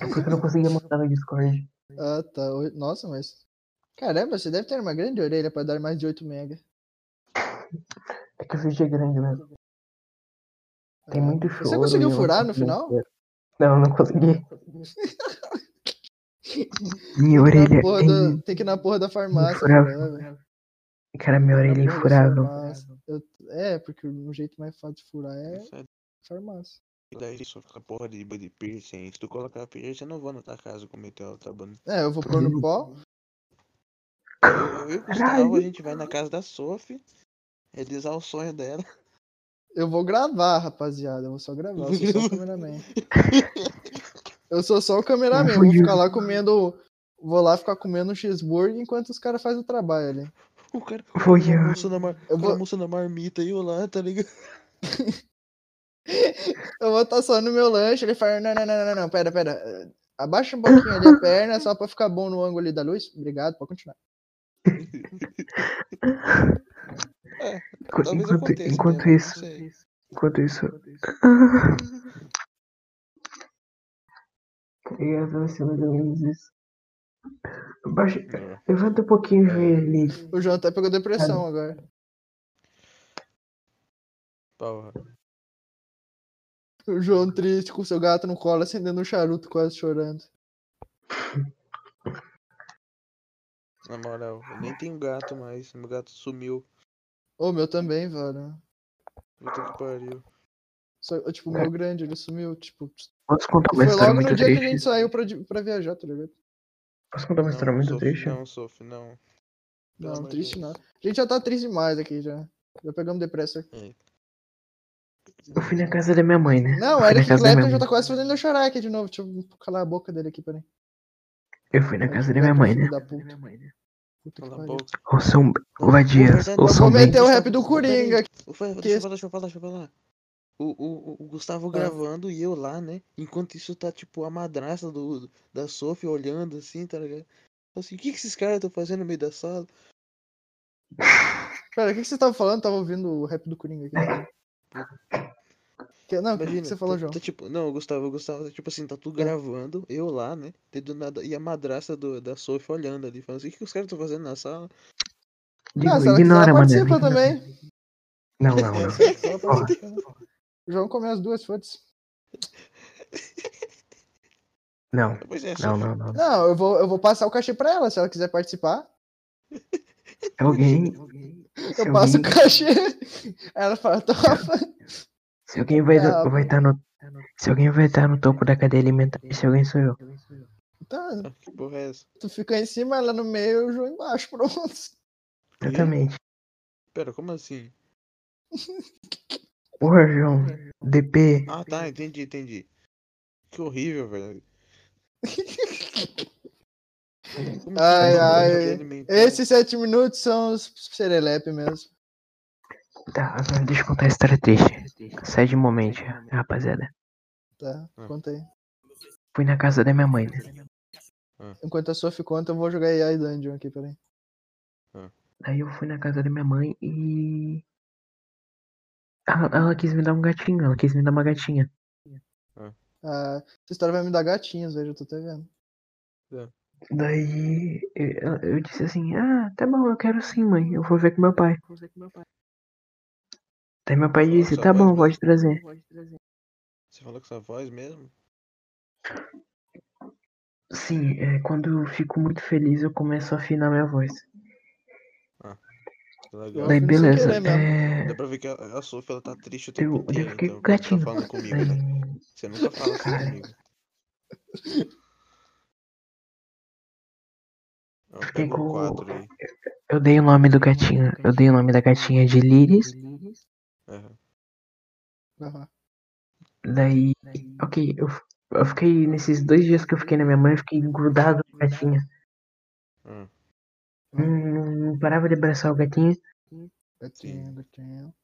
Speaker 1: É porque eu não conseguia mandar no Discord.
Speaker 2: Ah, tá. Oi- Nossa, mas. Caramba, você deve ter uma grande orelha pra dar mais de 8 mega.
Speaker 1: É que o vídeo é grande mesmo. Tem
Speaker 2: Ah,
Speaker 1: muito
Speaker 2: Você
Speaker 1: choro.
Speaker 2: conseguiu
Speaker 1: e eu não
Speaker 2: furar no
Speaker 1: consegui
Speaker 2: final?
Speaker 1: ver. Não, não consegui. Minha orelha. é
Speaker 2: Na porra
Speaker 1: tem-
Speaker 2: da- tem que ir na porra da farmácia.
Speaker 1: furar.
Speaker 2: furar, velho.
Speaker 1: Cara, minha orelha é
Speaker 2: Na porra da
Speaker 1: infurável.
Speaker 2: farmácia. Eu- É, porque o jeito mais fácil de furar é
Speaker 3: Sai
Speaker 2: farmácia.
Speaker 3: daí, só com a porra de, de piercing. Se tu colocar piercing, eu não vou na tua casa comer teu tá bom?
Speaker 2: É, eu vou pôr no pó.
Speaker 3: Eu e o Gustavo, a
Speaker 1: Caralho.
Speaker 3: gente vai na casa da Sophie. Realizar o sonho dela.
Speaker 2: Eu vou gravar, rapaziada. Eu vou só gravar. Eu sou só o cameraman. Eu sou só o cameraman. eu Vou ficar lá comendo. Vou lá ficar comendo um cheeseburger enquanto os caras fazem o trabalho ali.
Speaker 3: O cara
Speaker 1: Foi eu.
Speaker 3: almoçando na, mar...
Speaker 2: Eu
Speaker 3: o cara
Speaker 2: vou-
Speaker 3: almoçando na marmita e eu lá, tá ligado?
Speaker 2: Eu vou estar só no meu lanche, ele fala, não, não, não, não, não, pera, pera. eh, Abaixa um pouquinho ali a perna, só pra ficar bom no ângulo ali da luz. Obrigado, pode continuar.
Speaker 1: Enqu-
Speaker 3: Talvez
Speaker 1: enquanto,
Speaker 3: aconteça
Speaker 1: enquanto
Speaker 3: mesmo, não
Speaker 1: isso,
Speaker 3: sei.
Speaker 1: enquanto isso. Queria ver se mais ou menos isso. Baixa,
Speaker 3: É,
Speaker 1: levanta um pouquinho o joelho ali.
Speaker 2: O João até pegou depressão agora.
Speaker 3: Porra.
Speaker 2: O João triste com seu gato no colo, acendendo um charuto, quase chorando.
Speaker 3: Na moral, eu nem tenho gato mais. Meu gato sumiu.
Speaker 2: Ô, meu também, velho.
Speaker 3: Puta que pariu.
Speaker 2: Só, tipo, o meu grande, ele sumiu, tipo...
Speaker 1: Posso contar uma
Speaker 2: Foi
Speaker 1: história
Speaker 2: logo no
Speaker 1: tá muito
Speaker 2: dia que a gente
Speaker 1: triste?
Speaker 2: saiu pra, di- pra viajar, tá ligado?
Speaker 1: Posso contar uma história
Speaker 3: Não,
Speaker 1: muito
Speaker 3: Sophie,
Speaker 1: triste?
Speaker 3: Não, Sophie, não. é. Pelo
Speaker 2: Não,
Speaker 3: amor de
Speaker 2: triste não.
Speaker 3: Deus.
Speaker 2: A gente já tá triste demais aqui, já. Já pegamos depressão.
Speaker 1: Eu fui na casa da minha mãe, né?
Speaker 2: Não,
Speaker 1: Eu
Speaker 2: o
Speaker 1: fui na casa da
Speaker 2: Eric Clapton
Speaker 1: minha
Speaker 2: já
Speaker 1: mãe.
Speaker 2: tá quase fazendo eu chorar aqui de novo. Deixa eu calar a boca dele aqui, peraí.
Speaker 1: Eu fui na
Speaker 2: Eric
Speaker 1: casa da minha mãe, né?
Speaker 2: Clapton, filho da Puta que
Speaker 3: Cala a
Speaker 2: pariu.
Speaker 3: boca.
Speaker 1: Ouçam, Uva Dias,
Speaker 3: Vou
Speaker 1: ouçam bem.
Speaker 2: meter o rap do Coringa.
Speaker 3: Ô, Fran,
Speaker 2: Que
Speaker 3: Deixa eu
Speaker 2: isso? Ah.
Speaker 3: falar, deixa eu falar, deixa eu falar. O, o, o- o Gustavo gravando e eu lá, né? Enquanto isso tá tipo a madrasta do, da Sophie olhando assim, tá ligado? Fala Assim, o que, que esses caras estão fazendo no meio da sala?
Speaker 2: Pera, o que, que você tava falando? Tava ouvindo o rap do Coringa aqui. Que- Não, o que
Speaker 3: Imagina,
Speaker 2: Ah, você falou,
Speaker 3: tá-
Speaker 2: João? Ah.
Speaker 3: tá tipo, não, o Gustavo, o Gustavo, tá, tipo assim, tá tudo gravando, eu lá, né? E, do nada, e a madrasta do, da Sophie olhando ali, falando assim, o que, que os caras estão fazendo na sala?
Speaker 2: Ah,
Speaker 1: Digo,
Speaker 2: se ela quiser,
Speaker 1: ignora, mano.
Speaker 2: participa também. tá
Speaker 1: Não, não, não.
Speaker 3: Ela
Speaker 1: Porra.
Speaker 3: parece que-
Speaker 2: João comeu as duas, foda-se.
Speaker 1: Não,
Speaker 3: Pois é,
Speaker 1: não,
Speaker 3: Sophie,
Speaker 1: não, não.
Speaker 2: Não, eu vou, eu vou passar o cachê pra ela, se ela quiser participar.
Speaker 1: Se alguém.
Speaker 2: Eu
Speaker 1: se
Speaker 2: passo o
Speaker 1: alguém-
Speaker 2: cachê. Aí Ela fala, topa.
Speaker 1: Se alguém vai estar
Speaker 2: Ah,
Speaker 1: vai tá no. Se alguém vai estar no topo da cadeia alimentar, esse alguém sou eu.
Speaker 2: Tá,
Speaker 3: que porra é essa?
Speaker 2: tu fica em cima, ela no meio, o João embaixo, pronto.
Speaker 1: Exatamente.
Speaker 3: Pera, como assim?
Speaker 1: Porra, João. DP.
Speaker 3: Ah, tá, entendi, entendi. Que horrível, velho. Como
Speaker 2: Ai,
Speaker 3: que-
Speaker 2: ai.
Speaker 3: alimentar?
Speaker 2: Esses sete minutos são os serelepe mesmo.
Speaker 1: Tá, agora deixa eu contar a história triste. Sede um momento, rapaziada.
Speaker 2: Tá,
Speaker 3: Ah.
Speaker 2: conta aí.
Speaker 1: Fui na casa da minha mãe, né?
Speaker 2: Enquanto a Sophie conta, eu vou jogar AI Dungeon aqui, peraí.
Speaker 1: Daí eu fui na casa da minha mãe e. Ela, ela quis me dar um gatinho, ela quis me dar uma gatinha.
Speaker 2: Ah, essa história vai me dar gatinhos, veja, eu tô até vendo.
Speaker 1: Daí eu, eu disse assim: Ah, tá bom, eu quero sim, mãe. Eu vou ver com meu pai. Daí meu pai disse:
Speaker 3: Sua
Speaker 1: Tá
Speaker 3: voz
Speaker 1: bom, pode
Speaker 3: mesmo?
Speaker 1: trazer.
Speaker 3: Você falou com essa voz mesmo?
Speaker 1: Sim, é, quando eu fico muito feliz, eu começo a afinar minha voz.
Speaker 3: Legal.
Speaker 1: Daí
Speaker 2: afino sem
Speaker 1: beleza.
Speaker 2: querer né? mesmo.
Speaker 1: é,
Speaker 3: Tá Dá pra ver que a, a Sophie, ela tá triste o tempo
Speaker 1: Eu, daí eu
Speaker 3: inteiro,
Speaker 1: fiquei
Speaker 3: então, quando
Speaker 1: gatinho.
Speaker 3: tá falando comigo, né?
Speaker 1: Daí-
Speaker 3: Você nunca fala assim
Speaker 1: Cara.
Speaker 3: comigo. Ó,
Speaker 1: Fiquei
Speaker 3: pega
Speaker 1: com-
Speaker 3: um 4 aí.
Speaker 1: Eu dei o nome do gatinho. Eu dei o nome da gatinha de Liris.
Speaker 3: Aham.
Speaker 2: Aham.
Speaker 1: Daí, ok, eu, f- eu fiquei nesses dois dias que eu fiquei na minha mãe, eu fiquei grudado no gatinho.
Speaker 3: Hum.
Speaker 1: Hum, Não, não parava de abraçar o gatinho.
Speaker 2: Gatinho, gatinho.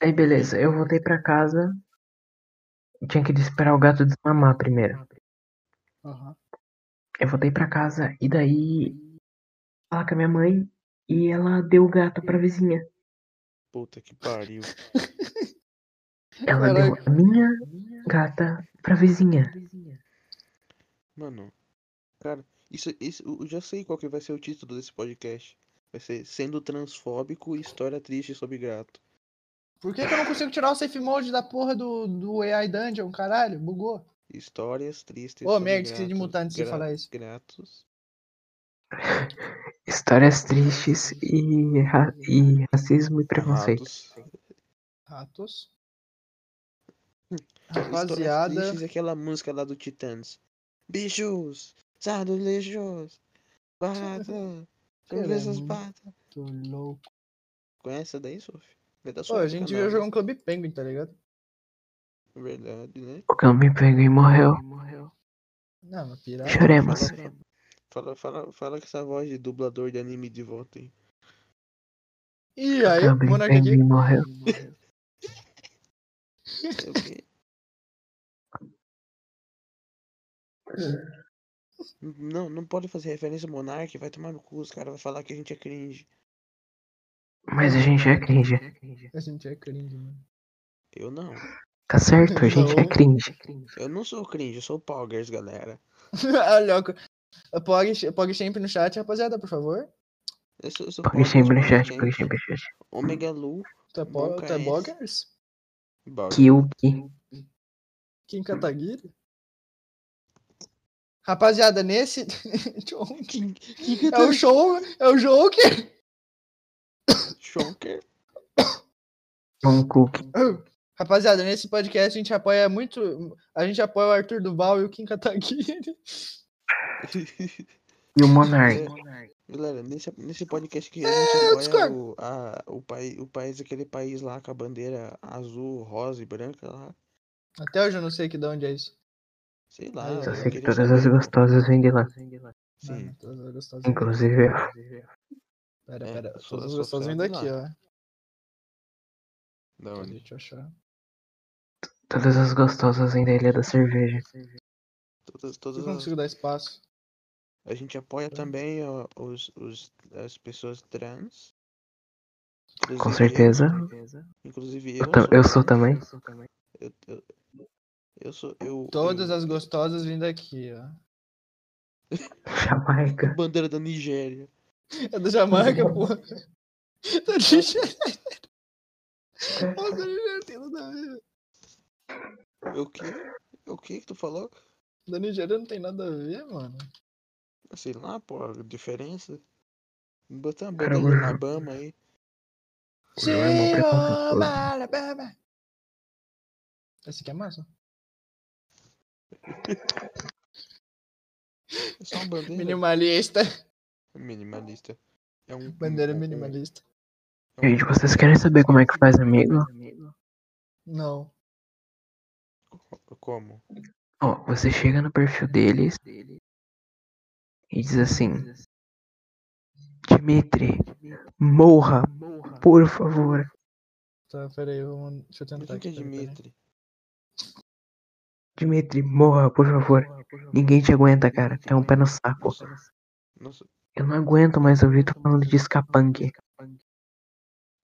Speaker 1: Aí beleza, eu voltei pra casa. Eu Tinha que esperar o gato desmamar primeiro.
Speaker 2: Aham.
Speaker 1: Eu voltei pra casa e daí falar com a minha mãe e ela deu o gato pra vizinha.
Speaker 3: Puta que pariu.
Speaker 1: Ela deu a minha gata pra vizinha.
Speaker 3: Mano, cara, isso, isso, eu já sei qual que vai ser o título desse podcast. Vai ser Sendo Transfóbico e História Triste sobre Grato.
Speaker 2: Por que, que eu não consigo tirar o safe mode da porra do, do AI Dungeon, caralho? Bugou.
Speaker 3: Histórias tristes
Speaker 2: Ô,
Speaker 3: sobre
Speaker 2: merda, esqueci de
Speaker 3: gratos-
Speaker 2: mutar antes de
Speaker 3: gra-
Speaker 2: falar isso.
Speaker 3: Gratos.
Speaker 1: Histórias tristes e, ra- e racismo e preconceito.
Speaker 3: Errados.
Speaker 2: Ratos.
Speaker 3: Histórias
Speaker 2: Rapaziada.
Speaker 3: tristes é aquela música lá do Titãs. Bichos, sai dos lixos, barata,
Speaker 2: Cara,
Speaker 3: sobre essas
Speaker 2: é
Speaker 3: patas.
Speaker 2: Tô louco.
Speaker 3: Conhece essa daí, Sophie? É da
Speaker 2: Pô,
Speaker 3: Sophie
Speaker 2: a
Speaker 3: do
Speaker 2: gente
Speaker 3: canal,
Speaker 2: veio
Speaker 3: né?
Speaker 2: jogar um Clube Penguin, tá ligado?
Speaker 3: Verdade, né?
Speaker 1: O cão me pegou e morreu.
Speaker 2: Não, mas pirata.
Speaker 1: Choremos.
Speaker 3: Fala, fala, fala com essa voz de dublador de anime de volta aí.
Speaker 2: E
Speaker 1: O
Speaker 2: aí,
Speaker 1: cão me
Speaker 2: Monarca
Speaker 1: pegou
Speaker 2: de...
Speaker 1: e morreu.
Speaker 3: É o quê? Não, não pode fazer referência ao Monark, vai tomar no cu, os caras vão falar que a gente é cringe.
Speaker 1: Mas a gente é cringe.
Speaker 2: A gente é cringe, mano.
Speaker 3: Eu não.
Speaker 1: Tá certo, a gente é
Speaker 2: Não.
Speaker 1: cringe.
Speaker 3: Eu não sou cringe, eu sou Poggers, galera.
Speaker 2: ah, louco. Pog, Pog sempre no chat, rapaziada, por favor.
Speaker 3: Eu sou, eu sou
Speaker 1: Põe sempre no
Speaker 3: Poggers,
Speaker 1: chat, põe
Speaker 3: Poggers,
Speaker 1: sempre no chat.
Speaker 3: Omega Lu,
Speaker 2: Tu é, po...
Speaker 3: Nunca
Speaker 2: tu é
Speaker 3: é.
Speaker 2: Boggers?
Speaker 3: e Bogger.
Speaker 1: Kyuki.
Speaker 2: Kim Kataguiri? Rapaziada, nesse. John- é o show. É o Joker.
Speaker 3: Shonker.
Speaker 1: Tom Cook.
Speaker 2: Rapaziada, nesse podcast a gente apoia muito. A gente apoia o Arthur Duval e o Kim Kataguiri.
Speaker 1: E o Monark.
Speaker 3: É. Galera, nesse, nesse podcast que a
Speaker 2: Ah, eu
Speaker 3: gente apoia
Speaker 2: discordo.
Speaker 3: o, a, o, pai, o país, aquele país lá com a bandeira azul, rosa e branca lá.
Speaker 2: Até hoje eu não sei que de onde é isso.
Speaker 3: Sei lá,
Speaker 2: Ah, eu
Speaker 1: Só
Speaker 3: eu
Speaker 1: sei que
Speaker 3: queria
Speaker 1: todas
Speaker 3: saber,
Speaker 1: as
Speaker 3: pô.
Speaker 1: gostosas vêm de lá.
Speaker 3: Sim.
Speaker 2: Ah, todas as gostosas.
Speaker 1: Inclusive eu.
Speaker 2: Pera,
Speaker 3: É,
Speaker 2: pera.
Speaker 3: sou-
Speaker 2: Todas as
Speaker 3: sou
Speaker 2: gostosas vindo
Speaker 3: fera de
Speaker 2: daqui, ó.
Speaker 3: Da
Speaker 2: Pera,
Speaker 3: onde?
Speaker 2: Deixa eu achar.
Speaker 1: Todas as gostosas vêm da Ilha da Cerveja.
Speaker 3: Todas,
Speaker 2: Eu
Speaker 3: todas
Speaker 2: não
Speaker 3: as-
Speaker 2: consigo dar espaço. Hum.
Speaker 3: A gente apoia também ó, os, os, as pessoas trans. Inclusive
Speaker 1: Com
Speaker 3: eu-
Speaker 1: certeza.
Speaker 3: Inclusive eu.
Speaker 1: Eu, tam-
Speaker 3: sou-
Speaker 1: eu sou também.
Speaker 3: Eu, eu, eu sou. Eu,
Speaker 2: Todas
Speaker 3: eu-
Speaker 2: as gostosas vindo aqui, ó.
Speaker 1: Jamaica.
Speaker 3: Bandeira da Nigéria.
Speaker 2: É da Jamaica, pô. Tá de
Speaker 3: Eu que? O que que tu falou?
Speaker 2: Da Nigéria não tem nada a ver, mano.
Speaker 3: Sei lá, pô, a diferença. Botar uma
Speaker 1: Cara,
Speaker 3: bandeira
Speaker 1: hoje-
Speaker 3: do Alabama aí.
Speaker 1: O João é mó preconceituoso.
Speaker 2: Alabama. Esse aqui é massa.
Speaker 3: É só uma bandeira
Speaker 2: Minimalista.
Speaker 3: minimalista. É um,
Speaker 2: Bandeira
Speaker 3: um- um-
Speaker 2: minimalista.
Speaker 3: é um-
Speaker 1: Gente, vocês querem saber como é que faz amigo?
Speaker 2: Não.
Speaker 3: Como?
Speaker 1: Ó, você chega no perfil deles e diz assim: Dimitri, morra, por favor.
Speaker 2: Tá, peraí, vamos... deixa eu
Speaker 3: Por
Speaker 2: tentar
Speaker 3: que
Speaker 2: tá
Speaker 3: que é
Speaker 2: aqui. peraí, peraí.
Speaker 3: Dimitri?
Speaker 1: Dimitri, morra, por favor. Ninguém te aguenta, cara. É um pé no saco.
Speaker 3: Nossa, nossa,
Speaker 1: Eu não aguento mais ouvir tu falando de escapunk. é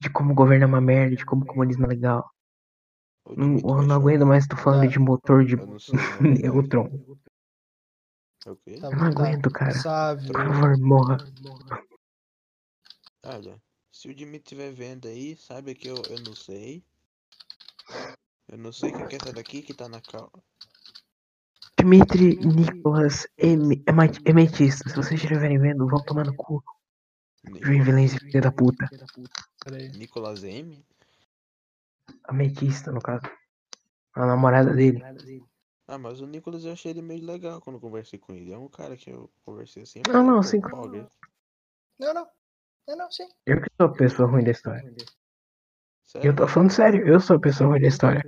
Speaker 1: De como o governo é uma merda, de como o comunismo é legal.
Speaker 3: ô,
Speaker 1: Não,
Speaker 3: Dimitri,
Speaker 1: eu
Speaker 3: vai
Speaker 1: não
Speaker 3: chorar.
Speaker 1: aguento mais tu falando
Speaker 2: Tá.
Speaker 1: de motor de
Speaker 3: Eu não sei o nome dela.
Speaker 1: neutron.
Speaker 3: É o quê?
Speaker 2: Tá,
Speaker 1: Eu não
Speaker 2: tá.
Speaker 1: aguento, cara.
Speaker 2: Sávio.
Speaker 1: Por favor, morra.
Speaker 3: Olha, se o Dimitri estiver vendo aí, sabe que eu, eu não sei. Eu não sei quem que é essa daqui que tá na cal.
Speaker 1: Dimitri Nicolas M. Emet- Emetista. Se vocês estiverem vendo, vão tomar no cu.
Speaker 3: Ni-
Speaker 1: Juivilense, filha da puta.
Speaker 2: Peraí.
Speaker 3: Nicolas M?
Speaker 1: Ametista, no caso. A namorada dele.
Speaker 3: Ah, mas o Nicolas eu achei ele meio legal quando eu conversei com ele. É um cara que eu conversei assim.
Speaker 1: Não, não,
Speaker 3: pô,
Speaker 1: sim.
Speaker 3: pô, né?
Speaker 2: Não, não. É, Não, não, sim.
Speaker 1: Eu que sou a pessoa ruim da história.
Speaker 3: Sério?
Speaker 1: Eu tô falando sério, eu sou a pessoa ruim da história.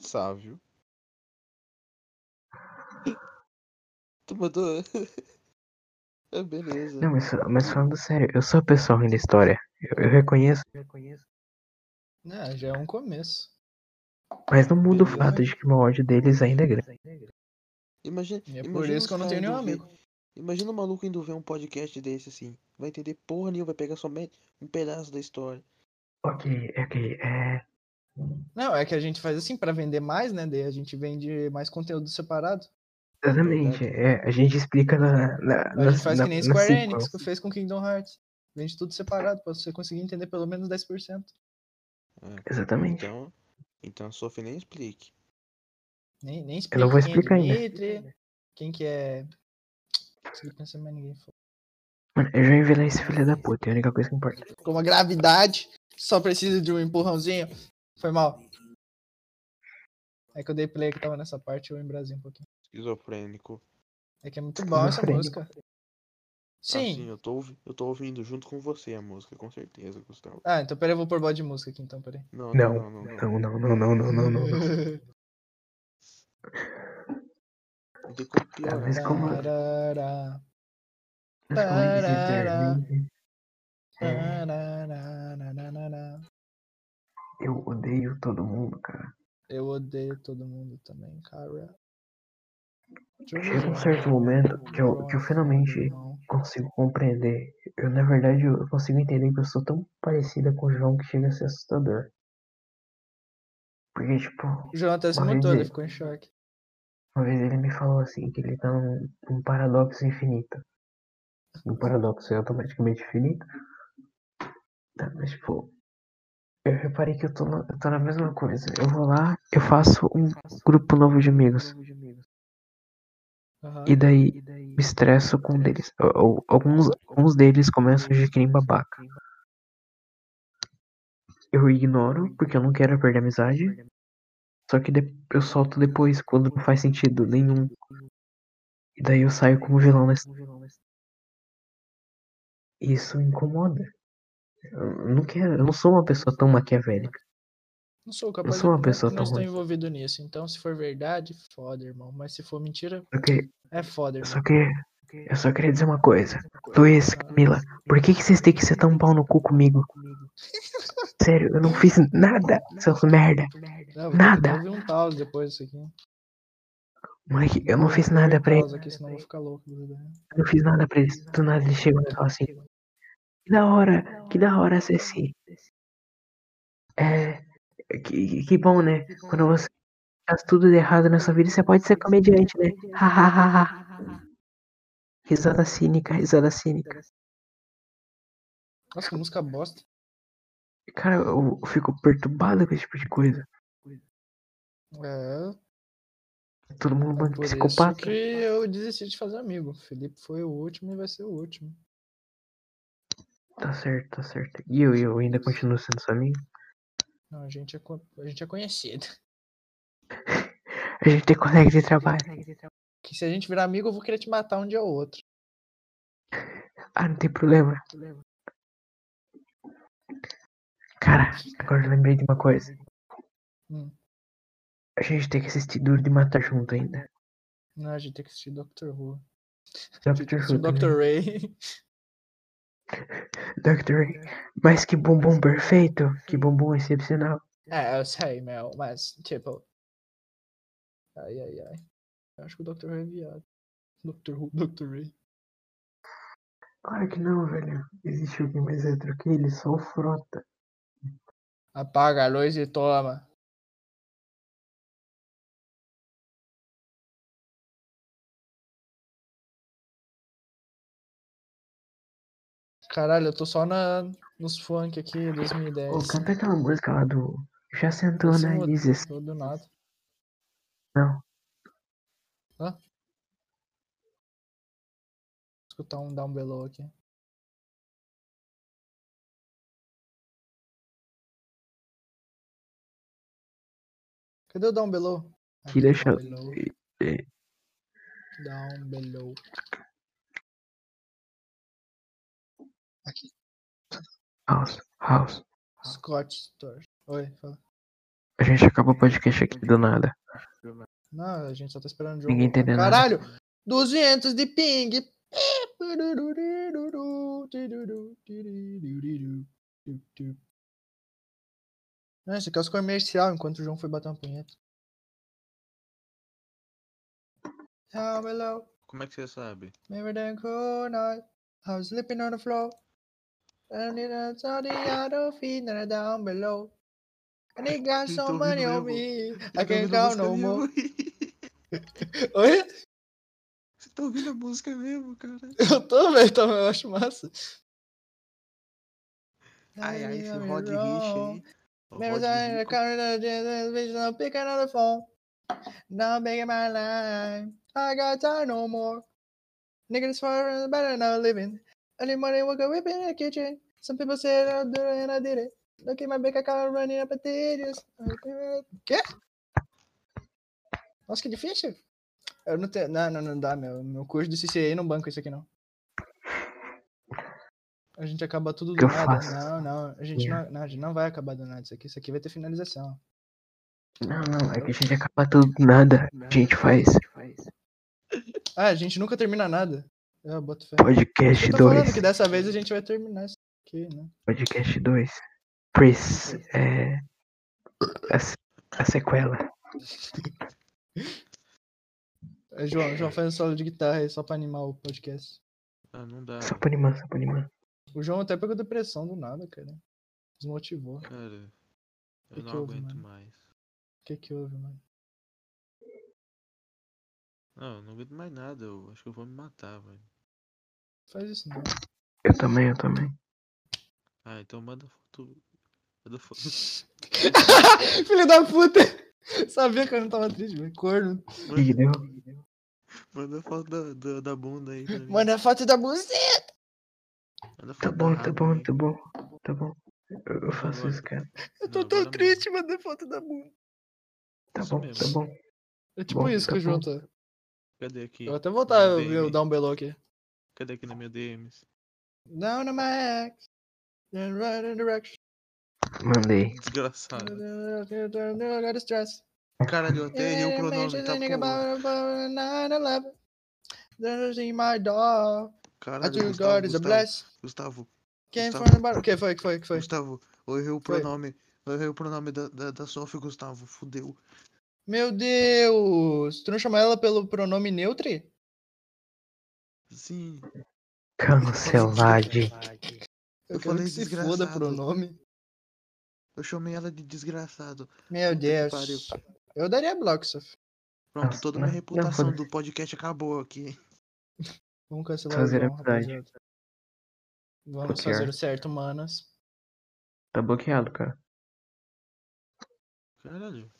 Speaker 3: Sávio. tu mandou. é, beleza.
Speaker 1: Não, mas, mas falando sério, eu sou a pessoa ruim da história. Eu, eu reconheço,
Speaker 2: Ah, já é um começo.
Speaker 1: mas não muda o fato de que meu ódio deles ainda é grande.
Speaker 3: Imagina,
Speaker 2: E é por
Speaker 3: imagina
Speaker 2: isso
Speaker 3: os
Speaker 2: que eu não
Speaker 3: caras
Speaker 2: tenho nenhum
Speaker 3: indo ver- Imagina o maluco indo ver um podcast desse assim. Vai entender porra nenhuma, vai pegar somente um pedaço da história.
Speaker 1: Ok, ok, é.
Speaker 2: Não, é que a gente faz assim pra vender mais, né? Daí a gente vende mais conteúdo separado.
Speaker 1: Exatamente, é, a gente explica na. na
Speaker 2: A
Speaker 1: na-
Speaker 2: gente faz
Speaker 1: na-
Speaker 2: que nem
Speaker 1: na
Speaker 2: Square
Speaker 1: sequel.
Speaker 2: Enix, que fez com Kingdom Hearts. Vende tudo separado, pra você conseguir entender pelo menos 10%.
Speaker 1: Exatamente.
Speaker 3: Então, então a Sophie nem explique.
Speaker 2: Nem, nem explica
Speaker 1: Eu não vou
Speaker 2: quem é
Speaker 1: explicar ainda.
Speaker 2: Dimitri, Quem que é. Não consegui pensar em mais ninguém. foda.
Speaker 1: Mano, eu já envelheci esse filho da puta, é a única coisa que importa.
Speaker 2: Como a gravidade só precisa de um empurrãozinho. Foi mal. É que eu dei play que tava nessa parte, eu embrasei um pouquinho.
Speaker 3: Esquizofrênico.
Speaker 2: É que é muito bom essa
Speaker 1: Esquizofrênico.
Speaker 2: música.
Speaker 3: Sim.
Speaker 2: Sim.
Speaker 3: Assim, eu tô, ouvi- eu tô ouvindo junto com você a música, com certeza, Gustavo.
Speaker 2: Ah, então peraí, eu vou pôr bode de música aqui então, peraí.
Speaker 3: Não, não,
Speaker 1: Não,
Speaker 3: não, não. não.
Speaker 1: não, não, não, não, não, não, não. não.
Speaker 3: Não tem como piorar.
Speaker 1: mas como- é?
Speaker 2: Tarará,
Speaker 1: Mas como é que se termina? É,
Speaker 2: tararararararará.
Speaker 1: eu odeio todo mundo, cara.
Speaker 2: Eu odeio todo mundo também, cara. Deixa eu ver.
Speaker 1: Chega um certo momento que eu, que eu finalmente
Speaker 2: Não.
Speaker 1: consigo compreender. Eu, na verdade, eu consigo entender que eu sou tão parecida com o João que chega a ser assustador. Porque, tipo,
Speaker 2: O João até se
Speaker 1: Mas
Speaker 2: mutou, ele
Speaker 1: ele-
Speaker 2: ficou em choque.
Speaker 1: uma vez ele me falou assim, que ele tá num, num paradoxo infinito. Um paradoxo é automaticamente infinito. Tá, mas, tipo, eu reparei que eu tô, na, eu tô na mesma coisa. Eu vou lá, eu faço um grupo novo de amigos.
Speaker 2: Aham.
Speaker 1: E daí, me estresso com um deles. Ou- ou- alguns, alguns deles começam a agir que nem babaca. Eu ignoro, porque eu não quero perder a amizade. Só que de- eu solto depois, quando não faz sentido nenhum. E daí eu saio como vilão nessa. Isso me incomoda. Eu não quero, eu não sou uma pessoa tão maquiavélica.
Speaker 2: Não sou capaz
Speaker 1: sou uma
Speaker 2: de
Speaker 1: pessoa
Speaker 2: não,
Speaker 1: tão
Speaker 2: não estou
Speaker 1: ruim.
Speaker 2: envolvido nisso. Então, se for verdade, foda, irmão. Mas se for mentira,
Speaker 1: Só que,
Speaker 2: é foda,
Speaker 1: eu
Speaker 2: irmão.
Speaker 1: só que, eu só queria dizer uma coisa. Luiz, Camila, por que, que vocês têm que ser tão pau no cu comigo? Sério, eu não fiz nada, seus merda.
Speaker 2: Não,
Speaker 1: nada.
Speaker 2: É, Eu um pause depois disso aqui.
Speaker 1: Moleque, eu não fiz nada pra
Speaker 2: Um
Speaker 1: eles.
Speaker 2: pause aqui, senão eu vou ficar louco. né?
Speaker 1: Eu não fiz nada pra eles. Do nada eles chegam e falam assim: Que da hora, que da hora, Ceci. É. Que, que bom, né? Quando você faz tudo de errado na sua vida, você pode ser comediante, né? Hahaha. risada cínica, risada cínica.
Speaker 2: Nossa, que música bosta.
Speaker 1: Cara, eu fico perturbado com esse tipo de coisa.
Speaker 2: É,
Speaker 1: Todo mundo é um bando de
Speaker 2: por
Speaker 1: psicopata.
Speaker 2: isso que eu desisti de fazer amigo. O Felipe foi o último e vai ser o último.
Speaker 1: Tá certo, tá certo. E eu, eu ainda continuo sendo sua amiga?
Speaker 2: Não, a gente é, co- a gente é conhecido.
Speaker 1: A gente tem colega de trabalho.
Speaker 2: Que se a gente virar amigo, eu vou querer te matar um dia ou outro.
Speaker 1: Ah, não tem problema. Cara, agora eu lembrei de uma coisa.
Speaker 2: Hum.
Speaker 1: A gente tem que assistir Duro de Matar junto ainda.
Speaker 2: Não, a gente tem que assistir Doctor Who. A gente tem
Speaker 1: Doctor
Speaker 2: que assistir
Speaker 1: Who. né? também.
Speaker 2: Doctor Ray.
Speaker 1: Doctor Who. Mas que bumbum perfeito. Que bumbum excepcional.
Speaker 2: É, eu sei, meu, mas, tipo. Ai, ai, ai. Eu acho que o Dr. Ray é viado. Dr. Who, Dr. Ray.
Speaker 1: Claro que não, velho. Existe alguém mais hétero que ele, só o frota.
Speaker 2: Apaga a luz e toma. Caralho, eu tô só na, nos funk aqui 2010.
Speaker 1: Ô, canta aquela música lá do. Já sentou
Speaker 2: Esse
Speaker 1: na
Speaker 2: mo-
Speaker 1: Isis.
Speaker 2: tô do nada.
Speaker 1: Não.
Speaker 2: Hã? Escutar um down below aqui. Cadê o Ah, down below? Aqui,
Speaker 1: deixa-
Speaker 2: Down below.
Speaker 1: eh.
Speaker 2: Down below. Aqui.
Speaker 1: House, house.
Speaker 2: Scott Storch. Oi, fala.
Speaker 1: A gente acaba o podcast aqui do nada.
Speaker 2: Não, a gente só tá esperando o jogo.
Speaker 1: Ninguém entendeu nada.
Speaker 2: Caralho! 200 de ping! Não, esse aqui é os comercial enquanto o João foi bater uma punheta. Down below,
Speaker 3: Como é que você sabe?
Speaker 2: maybe the cool night. I'm sleeping on the floor. And it's on the other feet that are down below. And they got
Speaker 3: Ele tá
Speaker 2: some
Speaker 3: ouvindo
Speaker 2: money on
Speaker 3: mesmo.
Speaker 2: me.
Speaker 3: Você
Speaker 2: I
Speaker 3: tá
Speaker 2: can't
Speaker 3: ouvindo
Speaker 2: count
Speaker 3: música
Speaker 2: no more.
Speaker 3: mesmo?
Speaker 2: Oi?
Speaker 3: Você tá ouvindo a música mesmo, cara?
Speaker 2: Eu tô, velho, então eu acho massa.
Speaker 3: Ai, ai, esse Rod Rich aí. O
Speaker 2: Menos
Speaker 3: Rod
Speaker 2: a
Speaker 3: Rico.
Speaker 2: cara de bitch não pica nada phone. Now big in my life. I got time no more. Niggas for better now living. Early morning woke up whipping in the kitchen. Some people said I'll do it and I did it. Look at my big account running up potatoes. Quê? Nossa, que difícil. Eu não tenho. Não, não, não dá, meu. Meu curso do CCA não banca isso aqui, não. A gente acaba tudo
Speaker 1: Que
Speaker 2: do
Speaker 1: eu
Speaker 2: nada.
Speaker 1: faço? É.
Speaker 2: Não, não. A gente
Speaker 1: Yeah.
Speaker 2: não, não, a gente não vai acabar do nada isso aqui. Isso aqui vai ter finalização.
Speaker 1: Não, não, é que a gente acaba tudo do nada. A gente faz
Speaker 2: Ah, a gente nunca termina nada. Eu boto fé.
Speaker 1: podcast
Speaker 2: Eu tô falando
Speaker 1: 2.
Speaker 2: que dessa vez a gente vai terminar isso aqui, né?
Speaker 1: Podcast 2. Pris. É. A, se- a sequela.
Speaker 2: É, João, João faz um solo de guitarra aí só pra animar o podcast.
Speaker 3: Ah, não dá,
Speaker 1: Só pra animar, só pra animar.
Speaker 2: O João até pegou depressão do nada, cara. Desmotivou. O
Speaker 3: cara. Eu
Speaker 2: Que
Speaker 3: não
Speaker 2: que houve,
Speaker 3: aguento
Speaker 2: mano?
Speaker 3: mais.
Speaker 2: que que houve, mano?
Speaker 3: Não, eu não aguento mais nada. Eu acho que eu vou me matar, velho.
Speaker 2: Faz isso não.
Speaker 1: Eu também, eu também.
Speaker 3: Ah, então manda foto. Manda foto.
Speaker 2: Filho da puta! Sabia que eu não tava triste, velho. Corno.
Speaker 1: O que que deu?
Speaker 3: Manda foto da, da, da bunda aí. pra mim.
Speaker 2: Manda a é foto da buzina!
Speaker 1: Tá
Speaker 3: Manda foto da
Speaker 1: bom, tá
Speaker 3: raba
Speaker 1: bom,
Speaker 3: aí.
Speaker 1: tá bom. Tá bom. Eu, eu faço isso, cara.
Speaker 2: Eu tô
Speaker 3: Não,
Speaker 2: tão
Speaker 3: manda
Speaker 2: triste, manda a foto da bunda.
Speaker 1: Tá bom, tá bom.
Speaker 2: É tipo
Speaker 1: Bom,
Speaker 2: isso
Speaker 1: tá
Speaker 2: que o João
Speaker 1: bom.
Speaker 2: tá.
Speaker 3: mesmo. Cadê aqui?
Speaker 2: Eu até vou voltar
Speaker 3: Mandei.
Speaker 2: eu dar um belo aqui.
Speaker 3: Cadê aqui na minha DMs?
Speaker 2: Down on my axe. Then right in the direction.
Speaker 1: Mandei.
Speaker 3: Desgraçado.
Speaker 2: I got stress.
Speaker 3: Caralho, eu até
Speaker 1: É,
Speaker 3: errei o pronome,
Speaker 2: Imagine
Speaker 3: tá
Speaker 2: thinking
Speaker 3: porra.
Speaker 2: about- about 9/11. There's in my dog. I
Speaker 3: Caralho,
Speaker 2: do God
Speaker 3: Gustavo,
Speaker 2: is a
Speaker 3: Gustavo,
Speaker 2: bless.
Speaker 3: Gustavo,
Speaker 2: Quem
Speaker 3: Gustavo.
Speaker 2: foi no barulho? Que foi, que foi, que foi?
Speaker 3: Gustavo, eu errei o
Speaker 2: Foi.
Speaker 3: pronome, eu errei o pronome da, da, da Sophie, Gustavo, fudeu.
Speaker 2: Meu Deus! Tu não chama ela pelo pronome neutro?
Speaker 3: Sim.
Speaker 1: é
Speaker 3: um
Speaker 1: um Cancelade.
Speaker 3: Eu
Speaker 2: Eu quero
Speaker 3: falei
Speaker 2: que se foda um
Speaker 3: desgraçado.
Speaker 2: pronome.
Speaker 3: Eu chamei ela de desgraçado.
Speaker 5: Meu
Speaker 3: Puta que
Speaker 5: Deus.
Speaker 3: pariu.
Speaker 5: Eu daria bloco, Sof.
Speaker 3: Pronto,
Speaker 1: Nossa,
Speaker 3: toda
Speaker 1: não-
Speaker 3: minha
Speaker 1: não,
Speaker 3: reputação
Speaker 1: foda-se.
Speaker 3: do podcast acabou aqui.
Speaker 2: Vamos cancelar
Speaker 1: Fazer
Speaker 2: o João,
Speaker 1: amizade.
Speaker 2: rapaziada. Vamos
Speaker 1: Copiar.
Speaker 2: fazer o certo, manas.
Speaker 1: Tá bloqueado, cara.
Speaker 3: Caralho.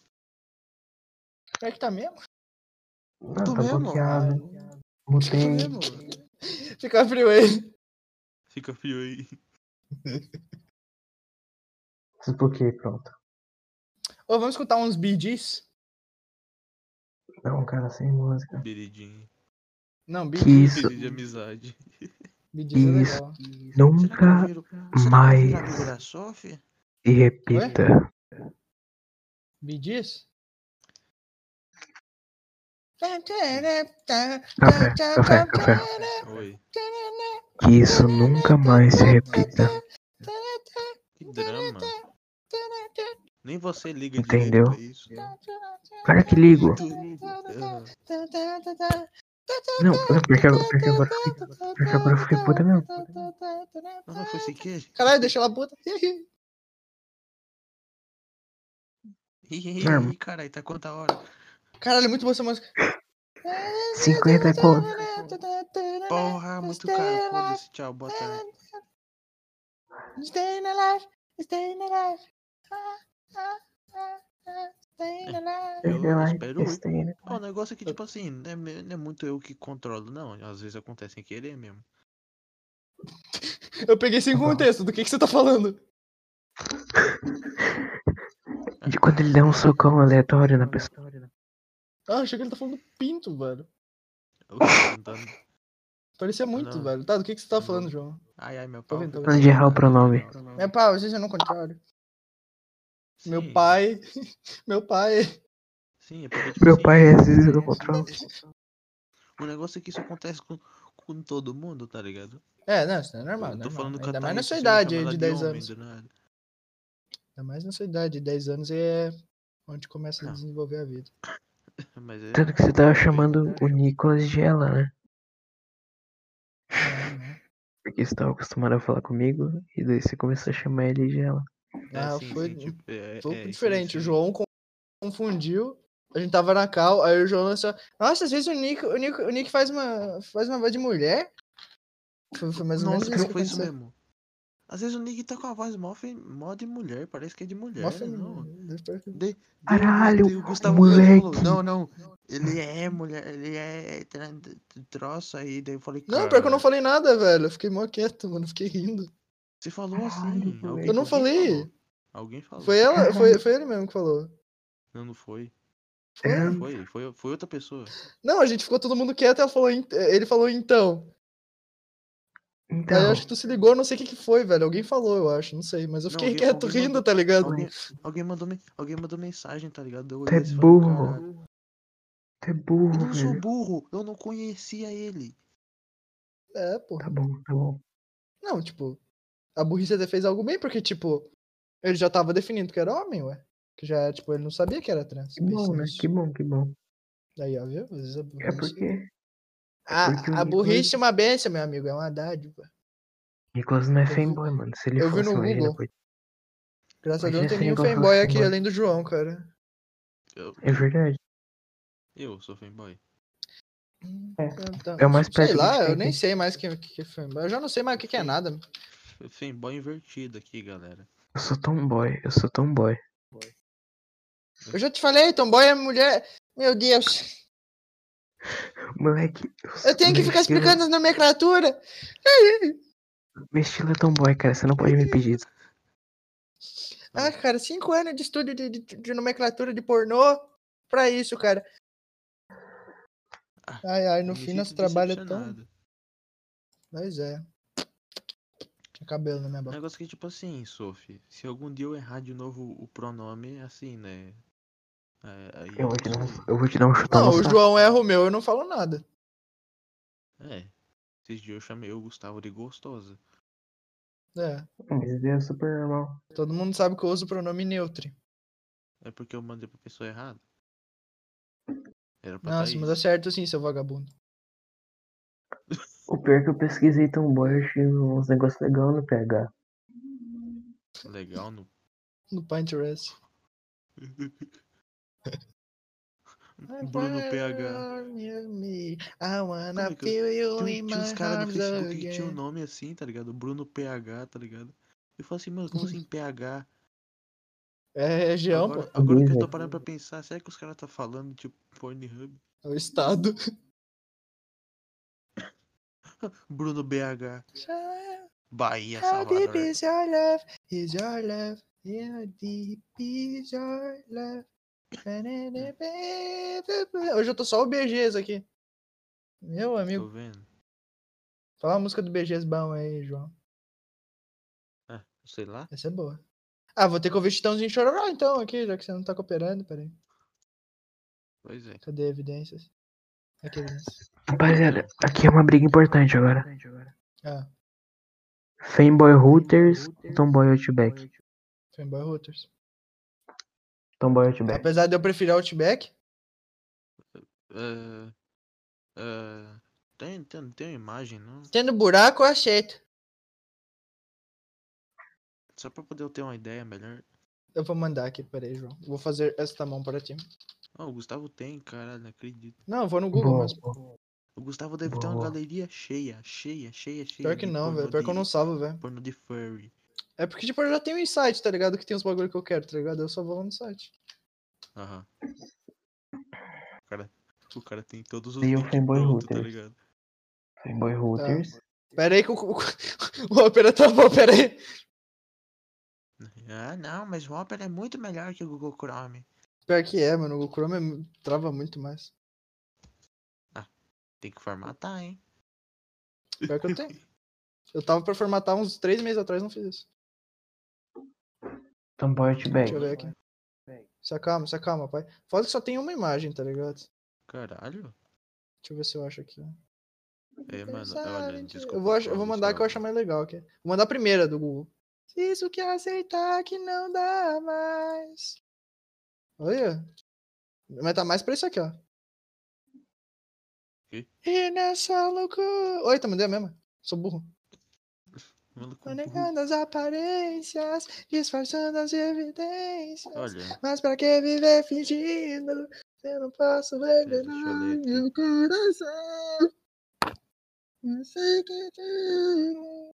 Speaker 2: Será que tá mesmo?
Speaker 1: Não,
Speaker 3: tô
Speaker 1: tá
Speaker 3: mesmo,
Speaker 1: bloqueado.
Speaker 2: Ah,
Speaker 3: Tô
Speaker 1: Mutei.
Speaker 3: mesmo, mano.
Speaker 2: Fica frio ele.
Speaker 3: Fica fio aí.
Speaker 1: Desbloqueei, pronto.
Speaker 2: Ô, vamos escutar uns BDs?
Speaker 1: Não, É um cara, sem música.
Speaker 3: Beridinho.
Speaker 2: Não,
Speaker 1: Que
Speaker 2: BDs.
Speaker 1: isso?
Speaker 3: de amizade.
Speaker 2: BDs é
Speaker 1: Isso.
Speaker 2: legal.
Speaker 3: Será que eu
Speaker 1: Nunca
Speaker 3: viro- será que eu viro
Speaker 1: mais.
Speaker 3: amigo da Sophie?
Speaker 1: se repita.
Speaker 2: BDs?
Speaker 1: Café, café, café.
Speaker 3: Oi.
Speaker 1: Que isso nunca mais se repita.
Speaker 3: Que drama. Nem você liga
Speaker 1: Entendeu?
Speaker 3: direito pra isso.
Speaker 1: Claro que ligo.
Speaker 3: Ah,
Speaker 1: Não, não, porque, agora- porque agora eu fiquei- porque agora eu fiquei puta mesmo.
Speaker 3: Não, mas foi sem querer.
Speaker 5: Caralho, deixa ela puta.
Speaker 3: Ih,
Speaker 1: Norma.
Speaker 3: Ih, caralho, tá quanto a hora?
Speaker 5: Caralho, muito boa essa música.
Speaker 1: 50 conto.
Speaker 3: Porra, muito caro. Foda-se, tchau, boa tarde.
Speaker 5: Stay alive, stay alive. Ah, ah, ah, ah, stay alive.
Speaker 3: Eu
Speaker 1: Sei lá,
Speaker 3: espero muito.
Speaker 1: besteira.
Speaker 3: Ó, o negócio é que, tipo assim, não é, me- não é muito eu que controlo, não. Às vezes acontece sem querer mesmo.
Speaker 2: Eu peguei sem
Speaker 1: Tá bom.
Speaker 2: contexto. Do que, que você tá falando?
Speaker 1: De quando ele dá um socão aleatório na pessoa.
Speaker 2: Ah, achei que ele tá falando do pinto, velho.
Speaker 3: Ah, Eu tô tentando-
Speaker 2: Parecia muito,
Speaker 3: Não.
Speaker 2: velho. Tá, do que, que você tá
Speaker 3: Não.
Speaker 2: falando, João? É
Speaker 3: Ai, ai, meu pau. tá
Speaker 2: vendo, tô
Speaker 1: vendo. Onde errar o pronome?
Speaker 5: Meu pau, às vezes eu não controlo.
Speaker 3: Sim,
Speaker 2: Meu pai. Meu pai.
Speaker 3: Sim, é porque, tipo
Speaker 1: Meu
Speaker 3: assim,
Speaker 1: pai às vezes eu não controlo.
Speaker 3: O negócio é que isso acontece com, com todo mundo, tá ligado?
Speaker 2: É, não, isso não é normal.
Speaker 3: eu tá tô
Speaker 2: normal.
Speaker 3: falando
Speaker 2: Ainda mais
Speaker 3: Catarina,
Speaker 2: na sua
Speaker 3: você
Speaker 2: idade
Speaker 3: chama
Speaker 2: aí
Speaker 3: ela
Speaker 2: de 10
Speaker 3: homem, né?
Speaker 2: anos.
Speaker 3: do nada.
Speaker 2: Ainda mais na sua idade de 10 anos é onde começa a
Speaker 3: Não.
Speaker 2: desenvolver a vida.
Speaker 3: Mas é-
Speaker 1: Tanto que você tava chamando o Nicolas de ela, né?
Speaker 2: Não, não.
Speaker 1: Porque você tava acostumado a falar comigo e daí você começou a chamar ele de ela.
Speaker 3: É,
Speaker 2: Ah,
Speaker 3: sim,
Speaker 2: foi-
Speaker 3: sim, tipo, é-
Speaker 2: Foi um
Speaker 3: é,
Speaker 2: pouco
Speaker 3: sim,
Speaker 2: diferente.
Speaker 3: sim.
Speaker 2: O João con- confundiu. A gente tava na cal, aí o João lançou. Nossa, às vezes o Nick, o Nick, o Nick faz, uma, faz uma voz de mulher. Foi, foi mais ou menos
Speaker 3: Nossa,
Speaker 2: é isso
Speaker 3: não
Speaker 2: que
Speaker 3: foi isso
Speaker 2: aconteceu.
Speaker 3: mesmo. Às vezes o Nick tá com a voz mó, fe- mó de mulher, parece que é de mulher.
Speaker 2: Mó feminino,
Speaker 3: não.
Speaker 2: né?
Speaker 3: De, de-
Speaker 1: Caralho,
Speaker 3: de- o Gustavo Moleque.
Speaker 1: moleque.
Speaker 3: não, não. Ele é mulher, ele é tran- troço aí. Daí eu falei,
Speaker 2: Não, pior que eu não
Speaker 3: "Cara,
Speaker 2: falei nada, velho. Eu fiquei mó quieto, mano. eu Fiquei rindo.
Speaker 3: Você falou
Speaker 1: Caralho,
Speaker 3: assim.
Speaker 1: moleque.
Speaker 3: alguém-
Speaker 2: Eu não
Speaker 3: alguém
Speaker 2: falei.
Speaker 3: falou. Alguém falou.
Speaker 2: Foi ela, foi, foi ele mesmo que falou.
Speaker 3: Não, não foi.
Speaker 2: Foi.
Speaker 1: É.
Speaker 3: Não foi, foi, foi outra pessoa.
Speaker 2: Não, a gente ficou todo mundo quieto e ela falou, "Ent- eh, ele falou então. Aí eu
Speaker 1: Então,
Speaker 2: acho que tu se ligou, eu não sei o que, que foi, velho. Alguém falou, eu acho, não sei. Mas eu
Speaker 3: Não,
Speaker 2: fiquei
Speaker 3: alguém-
Speaker 2: quieto
Speaker 3: alguém
Speaker 2: rindo,
Speaker 3: mandou-
Speaker 2: tá ligado?
Speaker 3: Alguém, alguém, mandou, men- alguém mandou mensagem, tá ligado? Eu
Speaker 1: Tu é
Speaker 3: olhei e falei,
Speaker 1: burro.
Speaker 3: "Caralho,
Speaker 1: tu é
Speaker 3: Eu
Speaker 1: burro,
Speaker 3: não sou
Speaker 1: velho.
Speaker 3: burro, eu não conhecia ele.
Speaker 2: É, pô.
Speaker 1: Tá bom, tá bom.
Speaker 2: Não, tipo, a burrice até fez algo bem, porque, tipo, ele já tava definindo que era homem, ué. Que já era, tipo, ele não sabia que era trans.
Speaker 1: Que bom, né? Que bom, que bom.
Speaker 2: Aí, ó, viu? Às vezes a
Speaker 1: É
Speaker 2: burrice. Ah,
Speaker 1: porque porque o
Speaker 2: A, a
Speaker 1: Nicolas-
Speaker 2: burrice é uma benção, meu amigo, é uma dádiva.
Speaker 1: Nicolas não é
Speaker 2: vi-
Speaker 1: fanboy, mano. Se ele
Speaker 2: eu vi
Speaker 1: fosse,
Speaker 2: no
Speaker 1: imagina,
Speaker 2: Google.
Speaker 1: coitado.
Speaker 2: Graças a
Speaker 1: Mas
Speaker 2: Deus não
Speaker 1: esse
Speaker 2: tem nenhum
Speaker 1: negócio
Speaker 2: fanboy
Speaker 1: assim,
Speaker 2: aqui
Speaker 1: mano.
Speaker 2: além do João, cara.
Speaker 3: Eu,
Speaker 1: É verdade.
Speaker 3: eu sou fanboy.
Speaker 1: É.
Speaker 2: Então,
Speaker 1: É o mais perto
Speaker 2: sei
Speaker 1: que a
Speaker 2: lá,
Speaker 1: gente
Speaker 2: eu
Speaker 1: tem
Speaker 2: nem
Speaker 1: aqui.
Speaker 2: sei mais o que, que, que é fanboy. Eu já não sei mais o que, que é nada.
Speaker 3: Fanboy invertido aqui, galera.
Speaker 1: Eu sou tomboy, eu sou tomboy.
Speaker 2: Eu já te falei, tomboy é mulher. Meu Deus.
Speaker 1: Moleque.
Speaker 2: Eu tenho que
Speaker 1: meu
Speaker 2: ficar
Speaker 1: estilo-
Speaker 2: explicando as nomenclaturas.
Speaker 1: Meu estilo é tomboy, cara. Você não pode me pedir.
Speaker 2: Ah, cara, cinco anos de estudo de, de, de nomenclatura de pornô pra isso, cara.
Speaker 3: Ah,
Speaker 2: Ai, ai,
Speaker 3: Eu
Speaker 2: no
Speaker 3: me
Speaker 2: fim
Speaker 3: sinto
Speaker 2: nosso trabalho é tão.
Speaker 3: decepcionado.
Speaker 2: Pois é. Tinha cabelo na minha
Speaker 3: O
Speaker 2: boca.
Speaker 3: negócio é que, tipo assim, Sophie, se algum dia eu errar de novo o pronome, assim, né? É, aí
Speaker 1: Eu vou te dar
Speaker 3: desculpa.
Speaker 1: um, eu vou te dar um chutão
Speaker 2: Não,
Speaker 1: no
Speaker 2: o
Speaker 1: saco.
Speaker 2: João erra o meu, eu não falo nada.
Speaker 3: É. Esses dias eu chamei o Gustavo de gostosa.
Speaker 2: É.
Speaker 1: Mas isso é super normal.
Speaker 2: Todo mundo sabe que eu uso o pronome neutro.
Speaker 3: É porque eu mandei pra pessoa errada. Era pra tá
Speaker 2: Nossa,
Speaker 3: Thaís.
Speaker 2: mas acerto sim, seu vagabundo.
Speaker 1: O pior é que eu pesquisei tomboy, eu achei uns negócios legais no PH.
Speaker 2: assim,
Speaker 3: legal no.
Speaker 2: no Pinterest.
Speaker 3: Bruno PH.
Speaker 2: Me, I wanna
Speaker 3: Cara, que-
Speaker 2: feel you
Speaker 3: Tinha,
Speaker 2: in
Speaker 3: um- tinha uns
Speaker 2: my
Speaker 3: caras no
Speaker 2: arms oh,
Speaker 3: Facebook que tinha um
Speaker 2: again.
Speaker 3: nome assim, tá ligado? Bruno PH, tá ligado? Eu falo assim, mano, como assim PH?
Speaker 2: É região,
Speaker 3: Agora,
Speaker 2: pô.
Speaker 3: agora que eu tô
Speaker 1: Beleza.
Speaker 3: parando pra pensar, será que os caras tá falando tipo Pornhub?
Speaker 2: É o estado.
Speaker 3: Bruno BH, Bahia, é Salvador.
Speaker 2: Habib is your love, is your love, your deep is your love. Hoje eu tô só o BGs aqui. Meu amigo,
Speaker 3: Tô vendo.
Speaker 2: fala a música do BGs bom aí, João.
Speaker 3: Ah, sei lá.
Speaker 2: Essa é boa. Ah, vou ter que ouvir Chitãozinho Chororó então aqui, já que você não tá cooperando, peraí.
Speaker 3: Pois é.
Speaker 2: Cadê evidências? Aqui, né? evidências.
Speaker 1: Rapaziada, aqui é uma briga importante agora.
Speaker 2: Ah,
Speaker 1: Fanboy Hooters ou Tomboy Outback?
Speaker 2: Fanboy Routers.
Speaker 1: Tomboy Outback.
Speaker 2: Apesar de eu preferir Outback,
Speaker 3: Ah, ah, tem, tem, não tem uma imagem, não?
Speaker 2: tendo buraco eu aceito.
Speaker 3: Só pra poder eu ter uma ideia melhor.
Speaker 2: Eu vou mandar aqui, peraí, João. Vou fazer esta mão para ti.
Speaker 3: Ah, o Gustavo tem, caralho, não acredito.
Speaker 2: Não, eu vou no Google
Speaker 1: Boa,
Speaker 2: mesmo.
Speaker 1: boa.
Speaker 3: O Gustavo deve ter uma
Speaker 1: Boa.
Speaker 3: galeria cheia, cheia, cheia, cheia.
Speaker 2: Pior que
Speaker 3: de
Speaker 2: não,
Speaker 3: pornô
Speaker 2: velho. Pior que eu
Speaker 3: de-
Speaker 2: não salvo, velho.
Speaker 3: Porno de furry.
Speaker 2: É porque, tipo, eu já tenho um site, tá ligado? Que tem os bagulho que eu quero, tá ligado? Eu só vou lá no site.
Speaker 3: Aham. O cara, o cara tem todos os
Speaker 1: E o
Speaker 3: links
Speaker 1: Fanboy
Speaker 3: prontos, tá
Speaker 1: Hooters.
Speaker 3: ligado?
Speaker 1: Fanboy
Speaker 2: Tá.
Speaker 1: Hooters.
Speaker 2: Pera aí que o, o, o Opera travou, pera aí.
Speaker 3: Ah, não, mas o Opera é muito melhor que o Google Chrome.
Speaker 2: Pior que é, mano. O Chrome é mu- trava muito mais.
Speaker 3: Tem que formatar, hein?
Speaker 2: Pior que eu tenho. Eu tava pra formatar uns três meses atrás, não fiz isso.
Speaker 1: Tomboy Outback.
Speaker 2: Deixa eu ver aqui. Se acalma, se acalma, pai. Foda que só tem uma imagem, tá ligado?
Speaker 3: Caralho.
Speaker 2: Deixa eu ver se eu acho aqui.
Speaker 3: É, mano, olha,
Speaker 2: Interessante.
Speaker 3: desculpa.
Speaker 2: eu vou, ach- eu vou mandar que eu acho mais legal aqui. Vou mandar a primeira do Google. Isso que aceitar que não dá mais. Olha. Mas tá mais pra isso aqui, ó.
Speaker 3: Quê?
Speaker 2: E nessa loucura. Oi, tá mandei a mesma. Sou burro.
Speaker 3: Maluco, burro.
Speaker 2: Negando as aparências, disfarçando as evidências.
Speaker 3: Olha,
Speaker 2: Mas pra que viver fingindo? Eu não posso revelar
Speaker 3: deixa eu ler aqui.
Speaker 2: meu coração. Eu sei que te amo.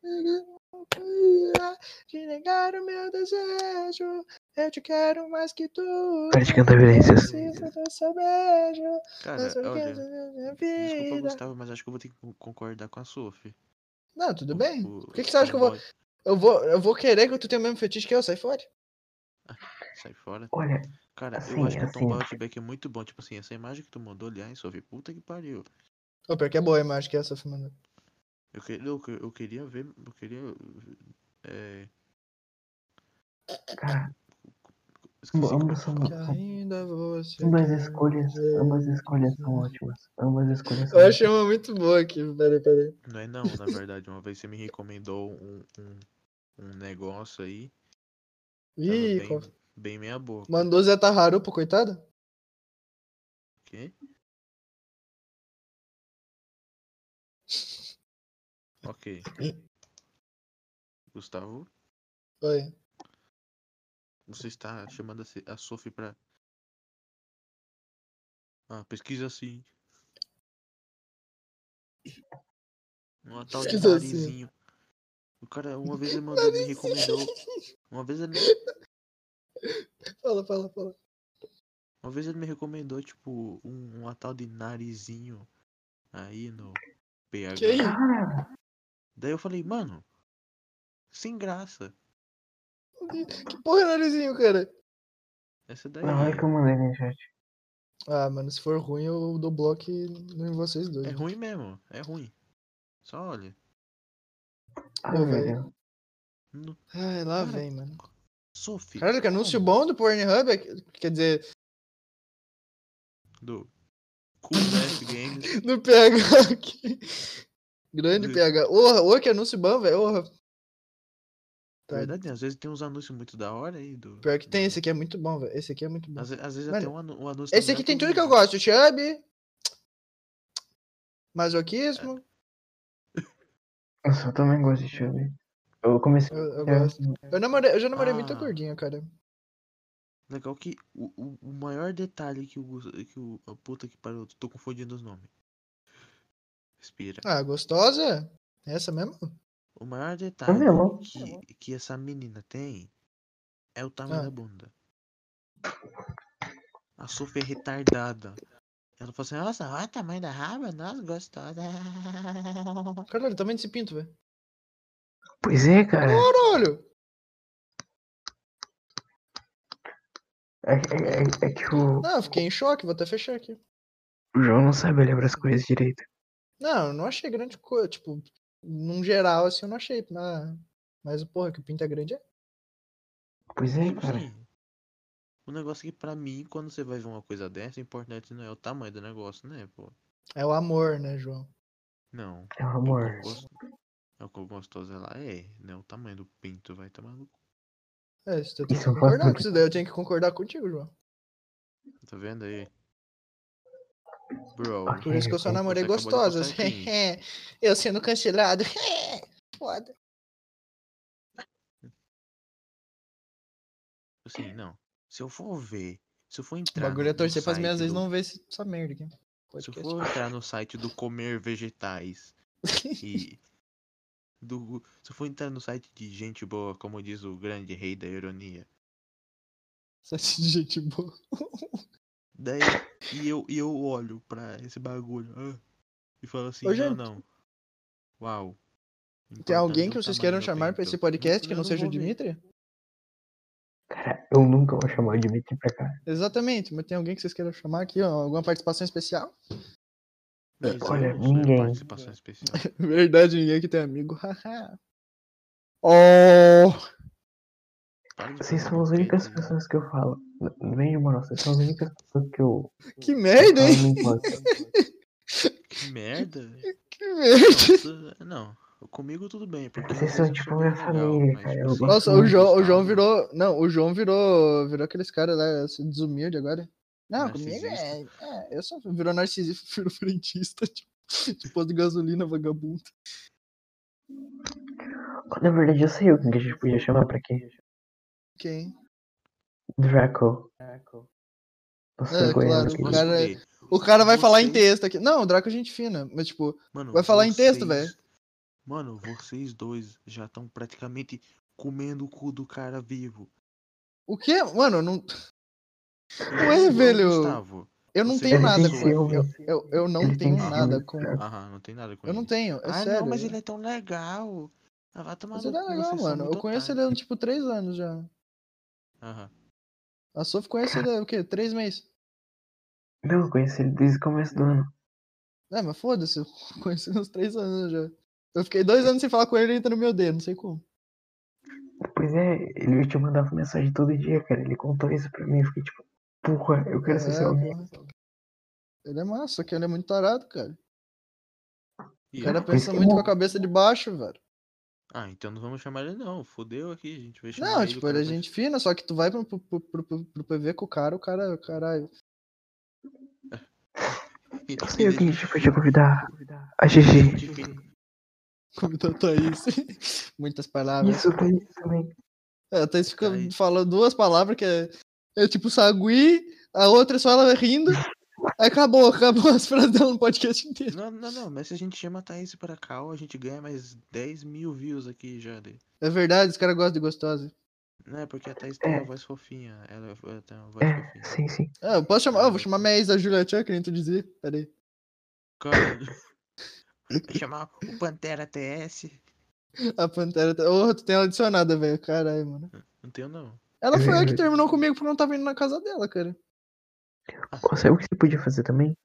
Speaker 2: sei que não podia Te negar o meu desejo. Eu te quero mais que tudo.
Speaker 1: Praticando
Speaker 2: Eu
Speaker 1: evidências.
Speaker 2: preciso do seu beijo.
Speaker 3: cara,
Speaker 2: Mas eu quero
Speaker 3: olha.
Speaker 2: da minha
Speaker 3: Desculpa,
Speaker 2: vida.
Speaker 3: Gustavo, mas acho que eu vou ter que con- concordar com a Sophie.
Speaker 2: Não, tudo
Speaker 3: O-
Speaker 2: bem.
Speaker 3: o-
Speaker 2: Por que, que você acha que eu vou,
Speaker 3: Fanboy-
Speaker 2: eu vou. Eu vou querer que tu tenha o mesmo fetiche que eu, sai fora.
Speaker 3: Sai fora.
Speaker 1: Olha,
Speaker 3: Cara, eu
Speaker 1: Assim,
Speaker 3: acho que o
Speaker 1: assim.
Speaker 3: Tomboy Outback é muito bom. Tipo assim, essa imagem que tu mandou, aliás, Sophie, puta que pariu.
Speaker 2: Ô, pior que é boa a imagem que essa filmando.
Speaker 3: Eu, que, eu, que- eu queria ver. Eu queria. É,
Speaker 1: cara,
Speaker 3: esqueci
Speaker 1: Bom,
Speaker 3: o que eu
Speaker 1: ambos
Speaker 3: ia
Speaker 1: são-
Speaker 2: Que
Speaker 3: falar.
Speaker 2: ainda você.
Speaker 1: ambas
Speaker 2: quer
Speaker 1: escolhas,
Speaker 2: ver.
Speaker 1: ambas escolhas são ótimas. Ambas escolhas são
Speaker 2: Uhum. Eu achei uma muito boa aqui. Peraí, peraí.
Speaker 3: Não é não, na verdade. Uma vez você me recomendou um, um, um negócio aí. tava
Speaker 2: Ih,
Speaker 3: bem,
Speaker 2: qual-
Speaker 3: bem meia boca.
Speaker 2: mandou Zé Tarrarupo, coitado?
Speaker 3: Quê? Ok. Gustavo,
Speaker 2: Oi.
Speaker 3: você está chamando a Se- a Sophie pra. Ah, pesquisa assim. Uma Um tal de
Speaker 2: Pesquisa assim.
Speaker 3: narizinho. O cara, uma vez ele mandou, me recomendou. Uma vez ele
Speaker 2: Fala, fala, fala.
Speaker 3: Uma vez ele me recomendou, tipo, um, uma tal de narizinho aí no PH.
Speaker 2: Que isso?
Speaker 1: Cara,
Speaker 3: Daí eu falei, mano, sem graça.
Speaker 2: Que porra é narizinho, cara?
Speaker 3: Essa daí
Speaker 1: na hora que eu mandei no chat.
Speaker 2: Ah, mano, se for ruim, eu dou bloco em vocês dois.
Speaker 3: é ruim mesmo, é ruim. Só olha.
Speaker 1: Ah,
Speaker 2: Ô,
Speaker 1: meu
Speaker 2: velho.
Speaker 1: Deus.
Speaker 2: Ai, lá
Speaker 3: Cara,
Speaker 2: vem, mano.
Speaker 3: Sophie.
Speaker 2: Caralho, que anúncio
Speaker 3: como?
Speaker 2: bom do Pornhub. é- Quer dizer,
Speaker 3: Do Cool Death Games.
Speaker 2: do PH aqui. Grande
Speaker 3: Do-
Speaker 2: PH. Orra, orra, que anúncio bom, velho. Orra.
Speaker 3: Na
Speaker 2: Tá.
Speaker 3: verdade, é às vezes tem uns anúncios muito da hora aí do.
Speaker 2: Pior que tem,
Speaker 3: do-
Speaker 2: esse aqui é muito bom, velho. Esse aqui é muito bom.
Speaker 3: Às, ve- às vezes
Speaker 2: Mano,
Speaker 3: até um, anu- um anúncio.
Speaker 2: Esse
Speaker 3: da
Speaker 2: aqui
Speaker 3: mulher
Speaker 2: tem tudo que eu
Speaker 3: comendo.
Speaker 2: gosto. Chub. Masoquismo.
Speaker 1: Nossa, eu também gosto de chover. Eu comecei.
Speaker 2: Eu, eu
Speaker 1: é,
Speaker 2: gosto. Eu, namorei, eu já namorei muito
Speaker 3: Ah.
Speaker 2: gordinho, cara.
Speaker 3: Legal né, que o, o, o maior detalhe que o, Gus- que o. a Puta que pariu, eu tô confundindo os nomes. Respira.
Speaker 2: Ah, gostosa? Essa mesmo?
Speaker 3: O maior detalhe
Speaker 1: mesmo.
Speaker 3: que, que essa menina tem é o tamanho
Speaker 2: Ah.
Speaker 3: da bunda. A Sophie é retardada. Ela fala assim, nossa, olha o tamanho da raba, nossa, gostosa. Ah.
Speaker 2: Caralho, também desse pinto, velho.
Speaker 1: Pois é, cara.
Speaker 2: Caralho!
Speaker 1: É, é- é- é que o,
Speaker 2: Não, eu fiquei em choque, vou até fechar aqui.
Speaker 1: o João não sabe lembrar as coisas direito.
Speaker 2: Não, eu não achei grande coisa. Tipo, num geral, assim, eu não achei. Mas, mas porra, que o pinto é grande é.
Speaker 1: Pois é,
Speaker 3: Tipo
Speaker 1: cara.
Speaker 3: assim, o negócio é que pra mim, quando você vai ver uma coisa dessa, o importante não é o tamanho do negócio, né, pô?
Speaker 2: É o amor, né, João?
Speaker 3: Não.
Speaker 1: É o
Speaker 3: É o quão
Speaker 1: amor.
Speaker 3: gos- É o quão gostosa ela é, né? O tamanho do pinto vai tomar no cu.
Speaker 2: É, isso eu tenho
Speaker 1: Isso é
Speaker 2: que
Speaker 1: um
Speaker 2: concordar
Speaker 1: fato.
Speaker 2: com isso daí. Eu tenho que concordar contigo, João.
Speaker 3: Tá vendo aí? Bro.
Speaker 1: Ok.
Speaker 2: Por isso que eu só
Speaker 1: Você
Speaker 2: namorei
Speaker 3: acabou de
Speaker 2: gostosas.
Speaker 3: postar aqui.
Speaker 2: eu sendo cancelado. Foda.
Speaker 3: Assim, não. Se eu for ver, se eu for
Speaker 2: O
Speaker 3: entrar.
Speaker 2: bagulho é
Speaker 3: no- no
Speaker 2: torcer pras minhas
Speaker 3: site
Speaker 2: vezes
Speaker 3: do-
Speaker 2: não ver esse- essa merda aqui.
Speaker 3: Se eu
Speaker 2: Podcast.
Speaker 3: for entrar no site do Comer Vegetais e. Do, se eu for entrar no site de gente boa, como diz o grande rei da ironia.
Speaker 2: Só de gente boa.
Speaker 3: Daí. E eu, e eu olho pra esse bagulho. ah, e falo assim:
Speaker 2: Ô,
Speaker 3: não,
Speaker 2: gente.
Speaker 3: não. Uau.
Speaker 2: Tem alguém que
Speaker 3: Importante é o
Speaker 2: vocês
Speaker 3: tamanho
Speaker 2: queiram
Speaker 3: do
Speaker 2: chamar pra
Speaker 3: pinto."
Speaker 2: esse podcast que
Speaker 3: Eu
Speaker 2: não seja
Speaker 3: vou
Speaker 2: o
Speaker 3: ver.
Speaker 2: Dimitri?
Speaker 1: Cara, eu nunca vou chamar o Dimitri pra cá.
Speaker 2: Exatamente, mas tem alguém que vocês queiram chamar aqui, ó, alguma participação especial?
Speaker 3: Mas eu
Speaker 1: Olha,
Speaker 3: não sou em
Speaker 1: ninguém.
Speaker 3: participação especial.
Speaker 2: Verdade, ninguém aqui tem amigo, haha. oh!
Speaker 3: Para de
Speaker 1: Vocês
Speaker 3: falar
Speaker 1: são as
Speaker 3: boquete,
Speaker 1: únicas
Speaker 3: né?
Speaker 1: pessoas que eu falo. Vem de moral, vocês são as únicas pessoas que eu.
Speaker 2: Que
Speaker 1: eu
Speaker 2: merda,
Speaker 1: falo
Speaker 2: hein?
Speaker 1: no encontro.
Speaker 3: Que merda.
Speaker 2: Que merda!
Speaker 3: Nossa, não, comigo tudo bem, porque
Speaker 1: Vocês
Speaker 3: vocês
Speaker 1: são
Speaker 3: são
Speaker 1: tipo
Speaker 3: super
Speaker 1: minha
Speaker 3: legal,
Speaker 1: família,
Speaker 3: mas,
Speaker 1: cara,
Speaker 3: tipo
Speaker 1: eu
Speaker 3: assim,
Speaker 1: gosto
Speaker 2: Nossa, o
Speaker 1: muito
Speaker 2: João, o
Speaker 3: Gustavo,
Speaker 2: João virou. Não, o João virou. Virou aqueles caras lá, esse desumilde agora. Não, comigo é,
Speaker 3: Narcisista.
Speaker 2: é. Eu só virou narcisista, virou frentista, tipo, de posto de gasolina, vagabundo.
Speaker 1: Na verdade, eu sei o que a gente podia chamar pra quê?
Speaker 2: Quem?
Speaker 1: Draco. Nossa, né,
Speaker 2: É,
Speaker 1: eu goiano
Speaker 2: claro,
Speaker 1: aqui.
Speaker 2: o
Speaker 3: vocês-
Speaker 2: cara- é- O cara vai falar em
Speaker 3: Vocês-
Speaker 2: texto aqui. Não, o Draco é gente fina, mas tipo,
Speaker 3: Mano,
Speaker 2: Vai falar em texto,
Speaker 3: vocês-
Speaker 2: velho.
Speaker 3: Mano, vocês dois já estão praticamente comendo o cu do cara vivo.
Speaker 2: o quê? Mano, eu não,
Speaker 3: Ué,
Speaker 2: velho.
Speaker 3: Gustavo.
Speaker 2: eu não
Speaker 3: Você
Speaker 2: tenho
Speaker 3: tem
Speaker 2: nada
Speaker 1: ciúme.
Speaker 2: com eu, eu, eu não
Speaker 1: Ele tem
Speaker 2: tenho nada
Speaker 1: ciúme.
Speaker 2: com.
Speaker 3: Aham, não tem nada com
Speaker 2: Eu não
Speaker 3: ele.
Speaker 2: tenho, é
Speaker 3: ah,
Speaker 2: sério.
Speaker 3: não, mas ele é tão legal. Ah, vai tomar
Speaker 2: Mas
Speaker 3: no
Speaker 2: ele é
Speaker 3: cu,
Speaker 2: legal,
Speaker 3: vocês são
Speaker 2: mano. Eu
Speaker 3: muito
Speaker 2: conheço ele
Speaker 3: otários.
Speaker 2: há tipo três anos já.
Speaker 3: Aham.
Speaker 2: A Sof conhece ele há o quê? Três meses?
Speaker 1: Não, eu conheci ele desde o começo do ano.
Speaker 2: É, mas foda-se, eu conheci ele há uns três anos já. Eu fiquei dois anos sem falar com ele e entra no meu dedo, não sei como.
Speaker 1: Pois é, ele te mandava mensagem todo dia, cara. Ele contou isso pra mim. Eu fiquei tipo, porra, eu quero ser
Speaker 2: É,
Speaker 1: seu amigo.
Speaker 2: porra. Ele é massa, só que ele é muito tarado, cara.
Speaker 3: E-
Speaker 2: O cara
Speaker 1: Por isso
Speaker 2: pensa
Speaker 1: que é
Speaker 2: muito com
Speaker 1: bom.
Speaker 2: a cabeça de baixo, velho.
Speaker 3: Ah, então não vamos chamar ele não. Fodeu aqui, a gente vai chamar
Speaker 2: Não,
Speaker 3: ele. o
Speaker 2: tipo,
Speaker 3: cara
Speaker 2: ele é
Speaker 3: vai-
Speaker 2: gente fina, só que tu vai pro, pro, pro, pro- pro PV com o cara, o cara, caralho.
Speaker 1: Eu sei o que a
Speaker 3: Ele- é tipo
Speaker 1: gente podia convidar. A Gigi.
Speaker 3: Gente fina.
Speaker 2: Como tá a Thaís? assim. Muitas palavras.
Speaker 1: Isso, tem isso também.
Speaker 2: É, A Thaís fica
Speaker 3: Thaís.
Speaker 2: falando duas palavras que é, é tipo sagui, a outra é só ela rindo. Aí acabou, acabou as frases dela no podcast inteiro.
Speaker 3: Não, não, não, mas se a gente chama a Thaís pra cá, a gente ganha mais 10 mil views aqui já. De...
Speaker 2: É verdade, os caras gostam de gostosa.
Speaker 3: Não é porque a Thaís tem
Speaker 1: É.
Speaker 3: uma voz fofinha. Ela ela tem uma voz
Speaker 1: É,
Speaker 3: fofinha.
Speaker 1: sim, sim.
Speaker 2: Ah, eu posso chamar, eu vou chamar minha ex, a Julia Chan, que nem tu dizia. Pera aí.
Speaker 3: Cara, é? vai chamar o Pantera TS.
Speaker 2: A Pantera. tá- Ô, tu tem ela adicionada, velho. Caralho, mano.
Speaker 3: Não tenho, não.
Speaker 2: Ela foi a que terminou comigo porque eu não tava indo na casa dela, cara.
Speaker 1: Pô, sabe o que você podia fazer também?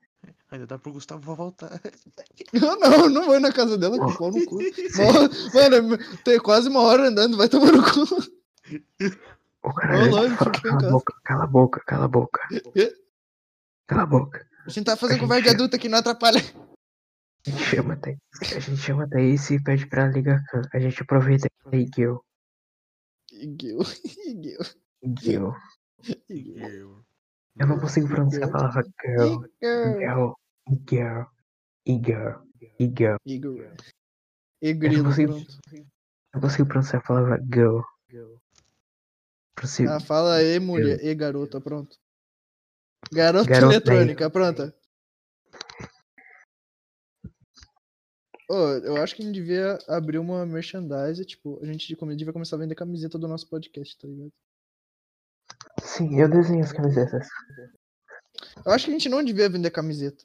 Speaker 3: Ainda dá pro Gustavo voltar.
Speaker 2: Eu não, não vou na casa dela, com pau no cu. Mó- Mano, tem quase uma hora andando, vai tomar no cu.
Speaker 1: O
Speaker 2: Ô,
Speaker 1: cara já
Speaker 2: lógico,
Speaker 1: fala,
Speaker 2: fica
Speaker 1: cala
Speaker 2: em
Speaker 1: a
Speaker 2: casa."
Speaker 1: boca, cala a boca, cala a boca.
Speaker 2: Quê?
Speaker 1: Cala a boca.
Speaker 2: A gente tá fazendo conversa de adulto aqui, não atrapalha.
Speaker 1: A gente chama a Thaís. A gente chama a Thaís e pede pra ela ligar a câmera. A gente aproveita que é Igil.
Speaker 2: Igueu, igueu,
Speaker 1: Igil.
Speaker 2: igueu.
Speaker 3: Eu
Speaker 1: Eu não consigo pronunciar a palavra girl.
Speaker 2: Igor.
Speaker 1: Girl. Igirl. Igirl. Igirl.
Speaker 2: Igor.
Speaker 1: Eu não
Speaker 2: Egrilo,
Speaker 1: consigo.
Speaker 2: pronto.
Speaker 1: Não consigo pronunciar a palavra girl. Prossigo.
Speaker 2: Ah, fala aí, mulher. E garota, pronto. Garota,
Speaker 1: Garota
Speaker 2: eletrônica, pronta. Ô, eu acho que a gente devia abrir uma merchandise, tipo, a gente de comida devia começar a vender camiseta do nosso podcast, tá ligado?
Speaker 1: Sim, eu desenho as camisetas.
Speaker 2: Eu acho que a gente não devia vender camiseta.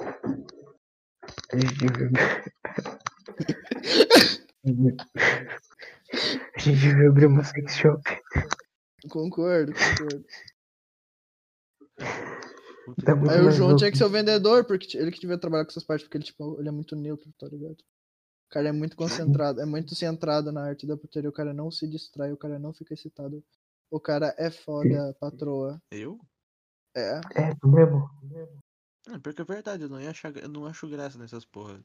Speaker 1: A gente devia. A gente devia abrir uma sex shop.
Speaker 2: Concordo, concordo.
Speaker 1: Tá muito
Speaker 2: Aí o
Speaker 1: mais
Speaker 2: João
Speaker 1: louco.
Speaker 2: tinha que ser o vendedor, porque t- ele que devia trabalhar com essas partes, porque ele, tipo, ele é muito neutro, tá ligado? O cara é muito concentrado, é muito centrado na arte da putaria, o cara não se distrai, o cara não fica excitado. O cara é foda, patroa.
Speaker 3: Eu?
Speaker 2: É.
Speaker 1: É, tu mesmo?
Speaker 3: É, pior que é verdade, eu não, ia achar, gra- eu não acho graça nessas porra.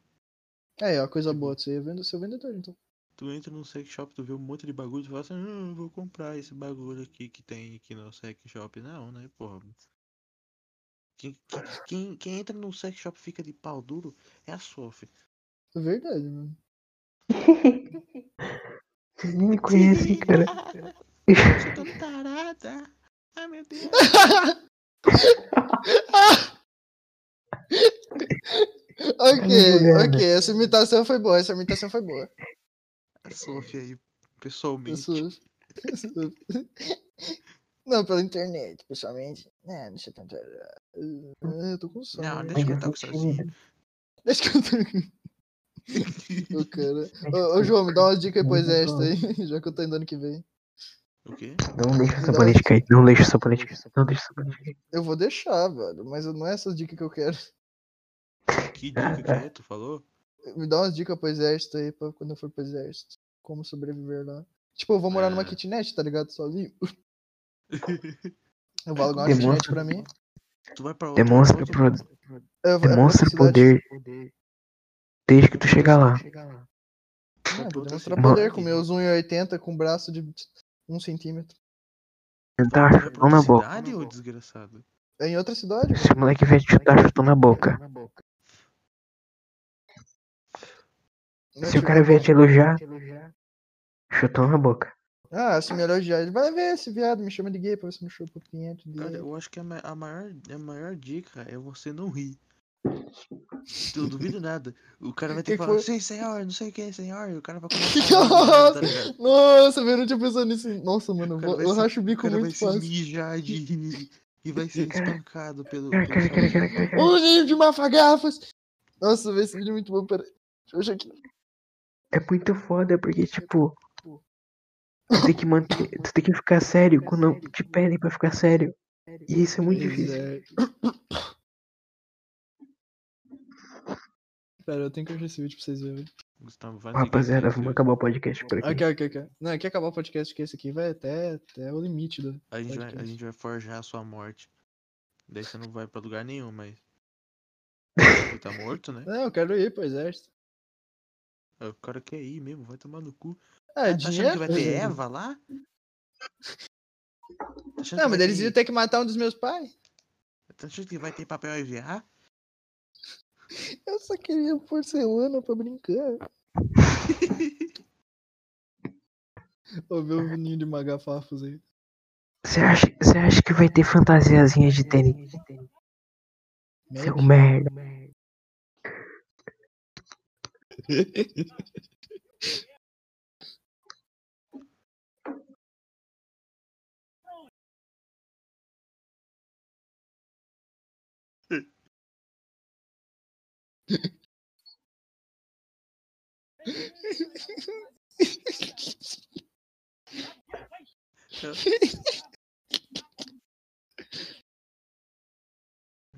Speaker 2: É, ó, coisa boa, você ia vendo seu vendedor, então.
Speaker 3: Tu entra num sex shop, tu vê um monte de bagulho, tu fala assim, ah, eu vou comprar esse bagulho aqui que tem aqui no sex shop. Não, né, porra. Quem, quem, quem, quem entra num sex shop e fica de pau duro é a Sophie.
Speaker 2: É Verdade, mano.
Speaker 1: Vocês nem me conhecem, cara.
Speaker 3: Você tão tarada. Ai, meu Deus.
Speaker 2: ok,
Speaker 1: Juliana.
Speaker 2: ok, essa imitação foi boa, essa imitação foi boa.
Speaker 3: A Sophie aí, pessoalmente.
Speaker 2: Isso- isso- Não, pela internet, pessoalmente. É, deixa eu tentar. Ah, Eu tô com sono.
Speaker 3: Não,
Speaker 2: né?
Speaker 3: deixa eu
Speaker 1: Ainda
Speaker 3: estar
Speaker 1: sou
Speaker 3: sozinho.
Speaker 2: Deixa que eu tô- Ô, cara. Ô, ô, João, me dá umas dicas depois
Speaker 1: Ainda
Speaker 2: desta aí, já que eu tô indo ano que vem.
Speaker 3: O quê?
Speaker 1: Não deixa o sabonete cair. Não deixa o sabonete cair. Não deixa o sabonete cair.
Speaker 2: Eu vou deixar, velho, mas não é essas dicas que eu quero.
Speaker 3: Que
Speaker 1: Ah,
Speaker 3: dica
Speaker 1: tá.
Speaker 3: que é? Tu falou?
Speaker 2: Me dá umas dicas pro exército aí, pra quando eu for pro exército. Como sobreviver lá. Tipo, eu vou morar
Speaker 1: É.
Speaker 2: numa
Speaker 3: Ah.
Speaker 2: kitnet, tá ligado? Sozinho. Eu vou alugar uma
Speaker 1: Demonstra-
Speaker 2: kitnet pra mim.
Speaker 3: Tu vai
Speaker 1: É
Speaker 3: pra outra.
Speaker 1: Demonstra
Speaker 3: outra-
Speaker 1: pro-
Speaker 2: Eu vou- é pra
Speaker 1: Demonstra
Speaker 2: outra cidade.
Speaker 1: poder desde que tu chegar lá.
Speaker 2: Ah,
Speaker 3: vai pra
Speaker 2: vou
Speaker 3: outra
Speaker 2: demonstrar
Speaker 1: cidade.
Speaker 2: poder com meus 1,80 com braço de 1 centímetro.
Speaker 1: Tentar
Speaker 3: Tu vai pra
Speaker 1: chutão na
Speaker 3: outra
Speaker 1: boca.
Speaker 3: cidade, ô desgraçado?
Speaker 2: É em outra cidade?
Speaker 1: Se o moleque vier te chutar, chutou na boca.
Speaker 2: né?
Speaker 1: Se o cara vier te elogiar, chutou na boca.
Speaker 2: Ah, se me elogiar, ele vai ver esse viado, me chama de gay pra ver se me chupa o pinhento de
Speaker 3: Cara, eu acho que é a, ma- a maior, a maior dica é você não rir. Eu duvido nada. O cara vai ter
Speaker 2: Que
Speaker 3: que,
Speaker 2: que
Speaker 3: falar,
Speaker 2: foi?
Speaker 3: sim, senhor, não sei o que, senhor. E o cara vai
Speaker 2: Que
Speaker 3: começar a falar, tá ligado?
Speaker 2: Nossa, velho, eu não tinha pensado nisso. Nossa, mano, eu,
Speaker 3: O cara
Speaker 2: vou-
Speaker 3: vai
Speaker 2: eu
Speaker 3: se-
Speaker 2: racho o
Speaker 3: o
Speaker 2: bico
Speaker 3: cara vai
Speaker 2: muito fácil.
Speaker 3: se mijar de rir e vai ser espancado pelo.
Speaker 1: Cara,
Speaker 3: pelo
Speaker 1: cara, cara,
Speaker 3: seu-
Speaker 1: cara, cara, cara.
Speaker 3: Hum.
Speaker 2: Um ninho de mafagafas. Nossa, velho, esse vídeo é muito bom, pera. Deixa eu achar aqui.
Speaker 1: É muito foda porque, tipo. Tu tem que manter. Tu tem que ficar sério quando te pedem pra ficar sério. E isso é muito
Speaker 2: Pois
Speaker 1: difícil.
Speaker 2: é. Pera, eu tenho que achar esse vídeo pra vocês verem.
Speaker 3: Gustavo, vai ligar
Speaker 1: Rapaziada,
Speaker 3: aqui,
Speaker 1: vamos
Speaker 3: cara.
Speaker 1: acabar o podcast por aqui.
Speaker 2: Ok, ok, ok. Não, aqui acabar o podcast, que esse aqui vai até, até o limite do.
Speaker 3: A gente, vai, a
Speaker 2: podcast.
Speaker 3: gente vai forjar a sua morte. Daí você não vai pra lugar nenhum, mas. Você tá morto, né? É
Speaker 2: Não, eu quero ir pro exército.
Speaker 3: O cara quer ir mesmo, vai tomar no cu.
Speaker 2: Ah,
Speaker 3: Tá achando que
Speaker 2: dinheiro?
Speaker 3: vai ter Eva lá? Tá achando
Speaker 2: Não,
Speaker 3: que
Speaker 2: mas
Speaker 3: vai
Speaker 2: eles
Speaker 3: ter-
Speaker 2: iam ter que matar um dos meus pais.
Speaker 3: Tá achando que vai ter papel EVA?
Speaker 2: Eu só queria um porcelana pra brincar. Ô, meu menino de magafafos aí.
Speaker 1: Você acha, você acha que vai ter fantasiazinha de tênis? Seu merda.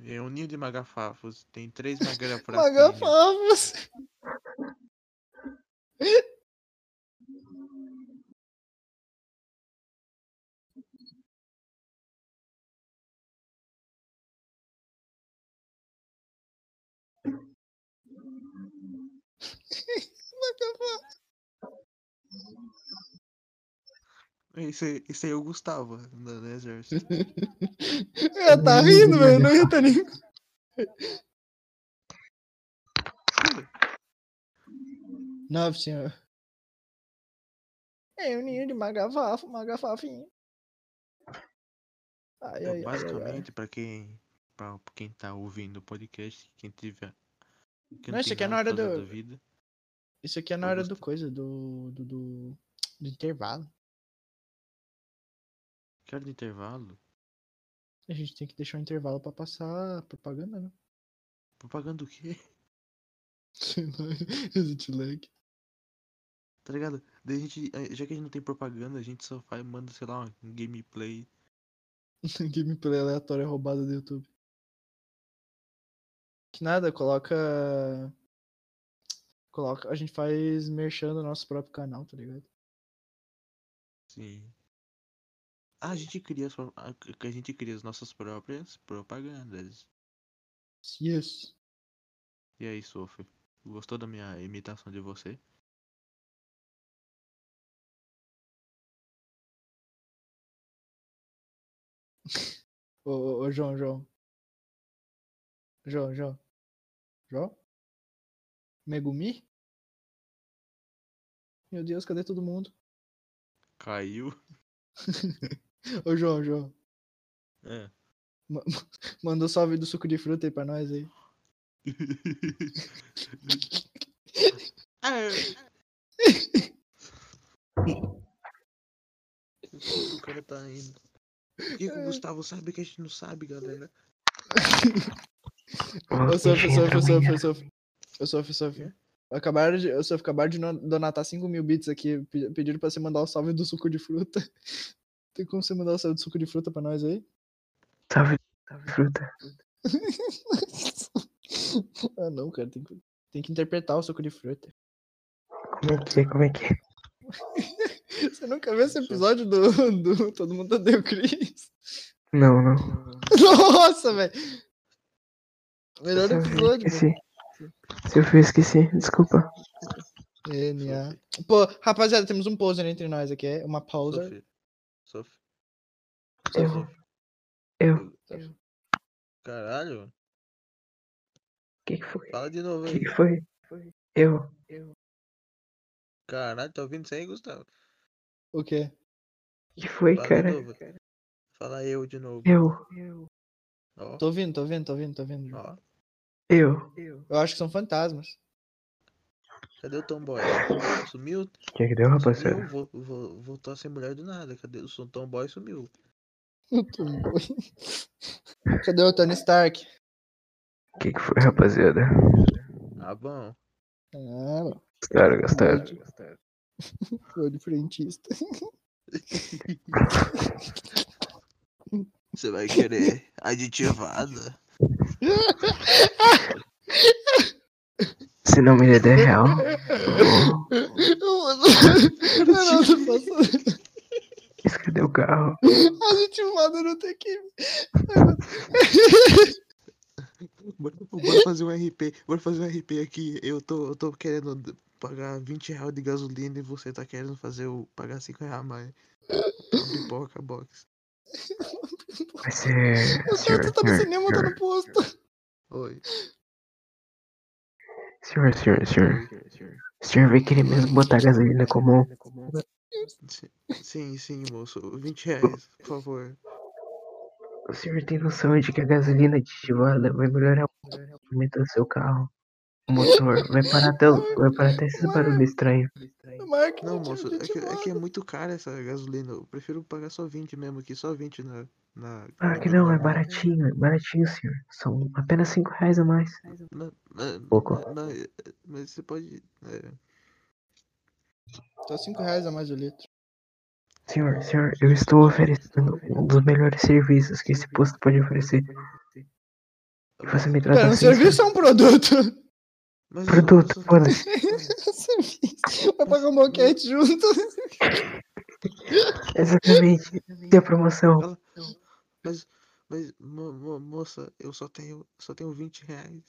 Speaker 3: É um ninho de magafafos. Tem três magras pra
Speaker 2: Magafafos!
Speaker 3: Esse, aí- esse aí é o Gustavo, no, no exército.
Speaker 2: Eu ia tá rindo, velho. Não ia tá nem. Nove, senhor. Em um ninho de magafafo, magafafinho. Ai,
Speaker 3: Então,
Speaker 2: ai, ai, ai, ai.
Speaker 3: basicamente, pra quem, pra quem tá ouvindo o podcast, quem tiver. Quem
Speaker 2: Não, isso
Speaker 3: tem
Speaker 2: aqui é
Speaker 3: nada
Speaker 2: na
Speaker 3: pra
Speaker 2: hora
Speaker 3: fazer
Speaker 2: do-
Speaker 3: da vida.
Speaker 2: Isso aqui é na
Speaker 3: Eu
Speaker 2: hora
Speaker 3: gostei.
Speaker 2: do coisa, do. do. do, do intervalo.
Speaker 3: Que hora de intervalo?
Speaker 2: A gente tem que deixar o intervalo pra passar propaganda, né?
Speaker 3: Propaganda o quê?
Speaker 2: Sei lá, exit lag.
Speaker 3: Tá ligado? Daí a gente, eh, já que a gente não tem propaganda, a gente só faz, manda, sei lá, um gameplay.
Speaker 2: Gameplay aleatória roubada do YouTube. Que nada, coloca. Coloca. A gente faz merchan no nosso próprio canal, tá ligado?
Speaker 3: Sim. Ah, a gente cria as, pro- a, a gente cria as nossas próprias propagandas.
Speaker 2: Yes.
Speaker 3: E aí, Sophie? Gostou da minha imitação de você?
Speaker 2: Ô, ô, ô, João, João. João, João. João? Megumi? Meu Deus, cadê todo mundo?
Speaker 3: Caiu?
Speaker 2: Ô, João, João.
Speaker 3: É.
Speaker 2: Mandou salve do suco de fruta aí pra nós aí.
Speaker 3: Ah, eu sei que o cara tá indo. Por que que o Gustavo sabe que a gente não sabe, galera?
Speaker 2: Ô, Sophie,
Speaker 1: Entra
Speaker 2: Sophie,
Speaker 1: amanhã.
Speaker 2: Sophie, Sophie. Ô, Sophie, Sophie. Acabaram de, ô, Sophie, acabaram de no- donatar 5 mil bits aqui. pe- Pediram pra você mandar o salve do suco de fruta. Tem como você mandar o salve do suco de fruta pra nós aí?
Speaker 1: Salve, salve, fruta.
Speaker 2: ah, não, cara. Tem que, tem que interpretar o suco de fruta.
Speaker 1: Como é que é? Como é que é?
Speaker 2: Você nunca viu esse episódio do, do Todo Mundo Odeia o Chris?
Speaker 1: Não, não.
Speaker 2: Nossa, velho. Melhor
Speaker 1: Esse eu
Speaker 2: episódio, velho.
Speaker 1: esqueci. Se eu fui, eu esqueci. Desculpa.
Speaker 2: NA. Pô, rapaziada, temos um poser entre nós aqui. é? Uma pausa.
Speaker 3: Sophie. Sophie.
Speaker 1: Eu-
Speaker 3: Sophie.
Speaker 1: eu-
Speaker 3: Caralho.
Speaker 1: O que, que foi?
Speaker 3: Fala de novo
Speaker 1: O
Speaker 3: aí.
Speaker 1: que, que foi? Eu.
Speaker 3: Caralho, tá ouvindo isso aí, Gustavo?
Speaker 2: O quê?
Speaker 1: O que foi,
Speaker 3: Fala
Speaker 1: cara?
Speaker 3: de novo. Fala eu de novo.
Speaker 1: Eu.
Speaker 3: Ó,
Speaker 2: Tô ouvindo, tô ouvindo, tô ouvindo, tô ouvindo.
Speaker 3: ó.
Speaker 1: Eu.
Speaker 2: Eu acho que são fantasmas.
Speaker 3: Cadê o Tomboy? Sumiu?
Speaker 1: O é que que deu, rapaziada?
Speaker 3: Sumiu? Vo- vo- Voltou a ser mulher do nada. Cadê? O som- Tomboy sumiu.
Speaker 2: Eu tô doido. Cadê o Tony Stark?
Speaker 1: O é que, que foi, rapaziada?
Speaker 3: Ah, bom.
Speaker 2: Ah, lá,
Speaker 1: Gostaram, gostaram.
Speaker 2: foi de frentista.
Speaker 3: Você vai querer aditivada?
Speaker 1: Se não me der real.
Speaker 2: Eu não tô passando.
Speaker 1: Isso, cadê o carro?
Speaker 2: A gente manda no TQ.
Speaker 3: Bora, bora fazer um RP. Bora fazer um RP aqui. Eu tô, eu tô querendo d- pagar 20 reais de gasolina e você tá querendo fazer o pagar 5 reais a mais. Uma Pipoca box.
Speaker 1: Vai ser.
Speaker 2: Eu
Speaker 1: Senhor,
Speaker 2: tô, tô no
Speaker 1: senhor,
Speaker 2: cinema, tô no posto.
Speaker 3: Oi.
Speaker 1: senhor, senhor, senhor. O senhor vai querer mesmo botar gasolina um. comum?
Speaker 3: Si- Sim, sim, moço. 20 reais, por favor.
Speaker 1: O senhor tem noção de que a gasolina aditivada vai melhorar o movimento do seu carro? O motor vai parar até, o- vai parar até esses barulhos estranhos.
Speaker 2: Mark,
Speaker 3: Não,
Speaker 2: gente,
Speaker 3: moço,
Speaker 2: a
Speaker 3: é
Speaker 2: gente
Speaker 3: que, é que é
Speaker 2: manda.
Speaker 3: muito cara essa gasolina. Eu prefiro pagar só 20 mesmo aqui, só 20 na. na
Speaker 1: Ah,
Speaker 3: na
Speaker 1: que não, é
Speaker 3: pipoca.
Speaker 1: baratinho, é baratinho, senhor. São apenas 5 reais a mais.
Speaker 3: Na- na-
Speaker 1: Pouco.
Speaker 3: na- na- mas você pode. é,
Speaker 2: Tá 5 reais a mais o litro.
Speaker 1: Senhor, senhor, eu estou oferecendo um dos melhores serviços que esse posto pode oferecer. E você me trata
Speaker 2: Pera, um
Speaker 1: assim, senhor?
Speaker 2: serviço é um produto. Um
Speaker 3: mas eu- eu
Speaker 1: Produto,
Speaker 3: só-
Speaker 1: foda-se.
Speaker 2: Serviço. Vai pagar um boquete junto.
Speaker 1: Exatamente. E a promoção?
Speaker 3: Mas, mas mo- mo- moça, eu só tenho, só tenho 20 reais.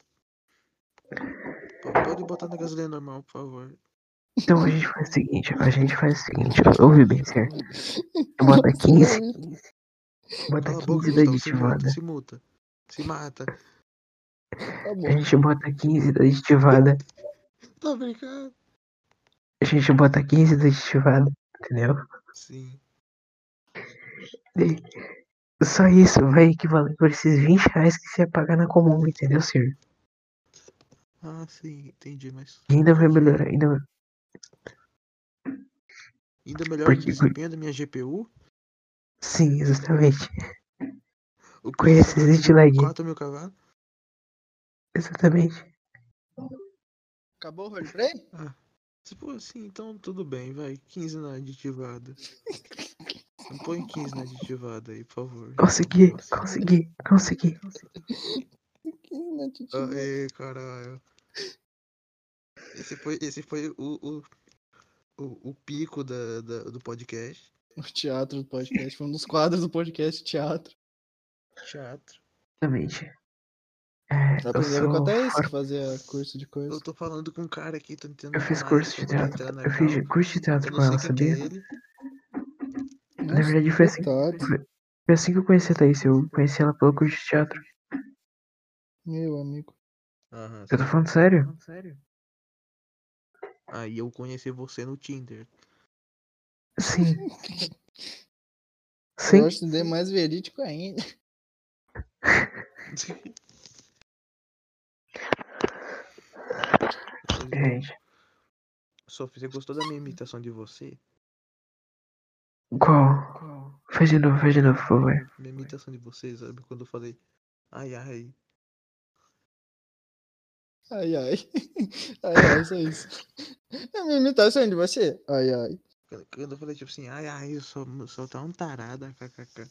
Speaker 3: P- Pode botar na gasolina normal, por favor.
Speaker 1: Então a gente faz o seguinte, a gente faz o seguinte, ó, ouve bem, certo? Eu boto 15, bota
Speaker 3: Cala a boca,
Speaker 1: 15 da
Speaker 3: Gustavo, se multa,
Speaker 1: aditivada.
Speaker 3: se multa. Se mata.
Speaker 2: Tá
Speaker 1: A
Speaker 2: bom.
Speaker 1: gente bota 15 da aditivada.
Speaker 3: Tá brincando?
Speaker 1: A gente bota 15 da aditivada. entendeu?
Speaker 3: Sim.
Speaker 1: Só isso vai equivaler por esses 20 reais que você ia pagar na comum, entendeu, Sir?
Speaker 3: Ah, sim, entendi, mas.
Speaker 1: E ainda vai melhorar, ainda vai-
Speaker 3: Ainda melhor
Speaker 1: Porque-
Speaker 3: o desempenho da minha GPU.
Speaker 1: Sim, justamente.
Speaker 3: O
Speaker 1: Com esses
Speaker 3: processador
Speaker 1: 20 lag.
Speaker 3: 4 mil cavalos.
Speaker 1: Exatamente.
Speaker 2: Acabou o roleplay?
Speaker 3: Tipo assim, então tudo bem, vai. 15 na aditivada. Não põe 15 na aditivada aí, por favor.
Speaker 1: Consegui,
Speaker 3: Nossa.
Speaker 1: consegui, consegui.
Speaker 3: Aê, Ah, é, caralho. Esse foi, esse foi o, o, o, o pico da, da- do podcast.
Speaker 2: O teatro do podcast. Foi um dos quadros do podcast teatro.
Speaker 3: Teatro.
Speaker 1: Exatamente. É,
Speaker 3: Tá
Speaker 1: eu,
Speaker 2: Aprenderam
Speaker 1: sou
Speaker 2: até isso,
Speaker 1: fora-
Speaker 2: fazia curso de coisa.
Speaker 3: Eu tô falando com um cara aqui, tô tentando.
Speaker 1: eu fiz
Speaker 3: falar
Speaker 1: curso
Speaker 3: isso,
Speaker 1: de
Speaker 3: tô tentando
Speaker 1: teatro.
Speaker 3: entrar na
Speaker 1: Eu fiz
Speaker 3: calma,
Speaker 1: curso de teatro
Speaker 3: então. eu
Speaker 1: com
Speaker 3: não sei
Speaker 1: ela,
Speaker 3: quem que é
Speaker 1: sabia?
Speaker 3: ele.
Speaker 1: Na verdade, foi assim,
Speaker 2: Coitado,
Speaker 1: foi assim que eu conheci a Thaís. Eu conheci ela pelo curso de teatro.
Speaker 2: meu amigo.
Speaker 3: Aham,
Speaker 1: Eu tô
Speaker 3: sim.
Speaker 1: tá falando sério?
Speaker 3: Aí eu conheci você no Tinder.
Speaker 1: Sim.
Speaker 2: Eu
Speaker 1: Sim.
Speaker 2: acho que mais verídico ainda.
Speaker 1: Gente,
Speaker 3: Sofia, você gostou da minha imitação de você?
Speaker 1: qual? Faz de novo, faz de novo, por favor.
Speaker 3: Minha imitação de você, sabe? Quando eu falei. Ai, ai.
Speaker 2: Ai, ai. Ai, ai, só isso. É uma imitação de você? Ai, ai.
Speaker 3: Quando- Quando eu falei tipo assim, ai, ai, eu sou, sou tão tarada, kkk.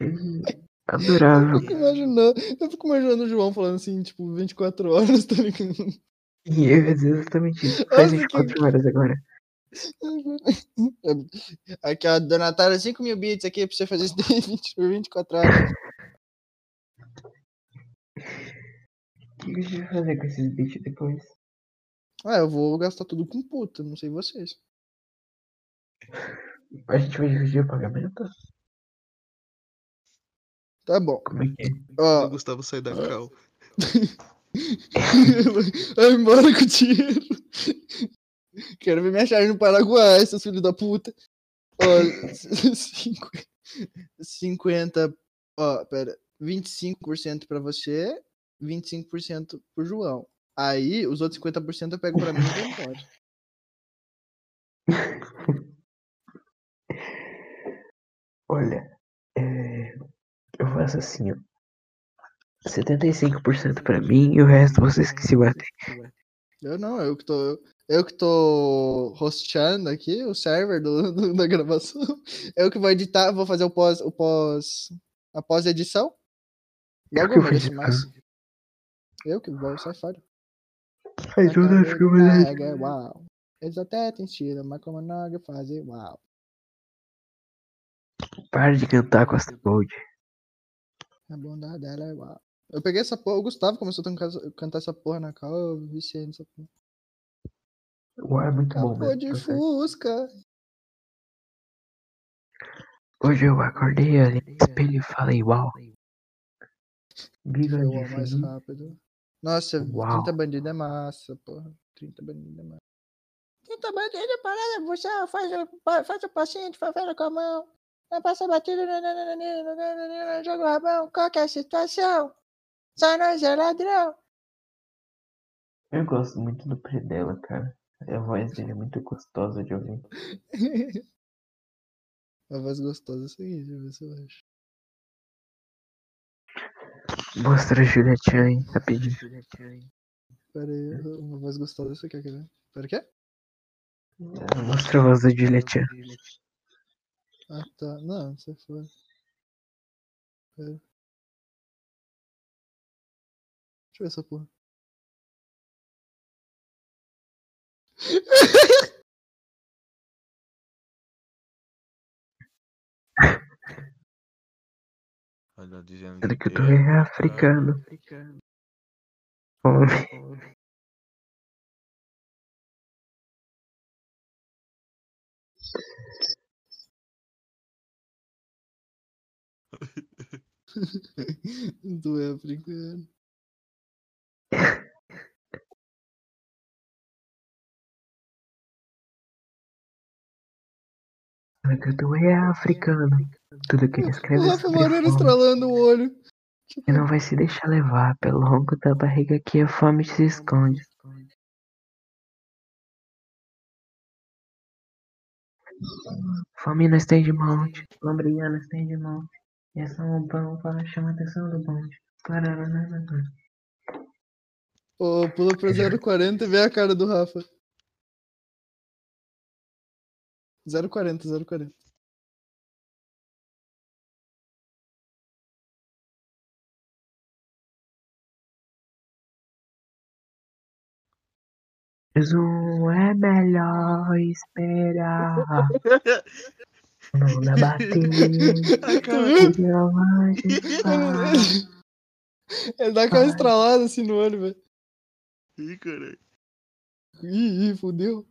Speaker 2: Eu
Speaker 1: Adorável.
Speaker 2: fico imaginando, eu fico imaginando o João falando assim, tipo, 24 horas, tá ligado?
Speaker 1: E eu ia dizer exatamente isso. Faz
Speaker 2: Nossa, que-
Speaker 3: é
Speaker 1: 24 horas agora.
Speaker 2: É, Aqui, ó, donatário 5 mil bits aqui pra você fazer isso daí 20 por 24 horas.
Speaker 1: O que que a gente vai fazer com esses beats depois?
Speaker 2: Ah, eu vou gastar tudo com puta, não sei vocês.
Speaker 1: A gente vai dividir o pagamento?
Speaker 2: Tá bom.
Speaker 1: Como é que é?
Speaker 3: O
Speaker 2: Ó,
Speaker 3: Gustavo sai da cal.
Speaker 2: vai embora com o dinheiro. Quero ver me acharem no Paraguai, seus filhos da puta. Ó, cinco- 50. Ó, pera. 25% pra você, 25% pro João. Aí, os outros 50% eu pego pra mim e vou embora.
Speaker 1: Olha, é, eu faço assim, ó. 75% pra mim e o resto vocês que se batem.
Speaker 2: Eu não, eu que tô. Eu que tô hosteando aqui o server do- do- da gravação. Eu que vou editar, vou fazer o pós. O pós a pós-edição.
Speaker 1: Eu
Speaker 2: Logo
Speaker 1: que
Speaker 2: eu
Speaker 1: vou
Speaker 2: mereço
Speaker 1: editar.
Speaker 2: mais. Eu que vou, sai fora.
Speaker 1: Ai, não dá, É, então fica mais- assim.
Speaker 2: Carrega, uau. Eles até te ensinam, mas como não eu fazer, uau.
Speaker 1: Para de cantar Costa Gold.
Speaker 2: A bunda dela é uau. Eu peguei essa porra, o Gustavo começou a tancar- cantar essa porra na cara, eu viciei nessa porra.
Speaker 1: O ar é muito bom
Speaker 2: Acabou
Speaker 1: mesmo.
Speaker 2: de
Speaker 1: tá certo.
Speaker 2: fusca.
Speaker 1: Hoje eu acordei, olhei no espelho e falei, uau. Biga
Speaker 2: Foi
Speaker 1: de
Speaker 2: o mais
Speaker 1: infinito.
Speaker 2: rápido. Nossa,
Speaker 1: Uau.
Speaker 2: 30 bandido é massa, porra. 30 bandido é massa. 30 bandido é parada, você faz, o- pa- faz o paciente, favela com a mão. Não passa batida, nananana, nananana, joga o rabão, qualquer situação. Só nós é ladrão.
Speaker 1: Eu gosto muito do pé dela, cara. A voz dele é muito gostosa de ouvir.
Speaker 2: Uma voz gostosa é o seguinte, vê se eu acho.
Speaker 1: Mostra a Julia Chan hein, rapidinho.
Speaker 2: Pera aí, uma voz gostosa você quer que eu Pera o quê?
Speaker 1: Mostra a voz da Julia Chan.
Speaker 2: Ah, tá. Não, você foi. Pera. Deixa eu ver essa porra.
Speaker 3: Olha, dizendo
Speaker 1: Sendo que eu tô
Speaker 3: é,
Speaker 1: é africano. Homem.
Speaker 2: Do é africano.
Speaker 1: África, tu é africano. Tudo que ele
Speaker 2: O
Speaker 1: escreve
Speaker 2: Rafa Moreira
Speaker 1: sobre fome.
Speaker 2: estralando o olho.
Speaker 1: E não vai se deixar levar pelo ronco da barriga que a fome se esconde. Fome não estende monte, lambrinha não estende monte. E é só um pão para chamar a atenção do bonde. né, Pararararara.
Speaker 2: Pô, pula pra 040 e vê a cara do Rafa. 040, 040.
Speaker 1: Zoom é melhor esperar. é Não na batida,
Speaker 3: Ai, cara,
Speaker 1: não vai chegar.
Speaker 2: Ele dá aquela
Speaker 1: Ai.
Speaker 2: estralada assim no olho, velho.
Speaker 3: ih, cara.
Speaker 2: Ih, ih, fudeu.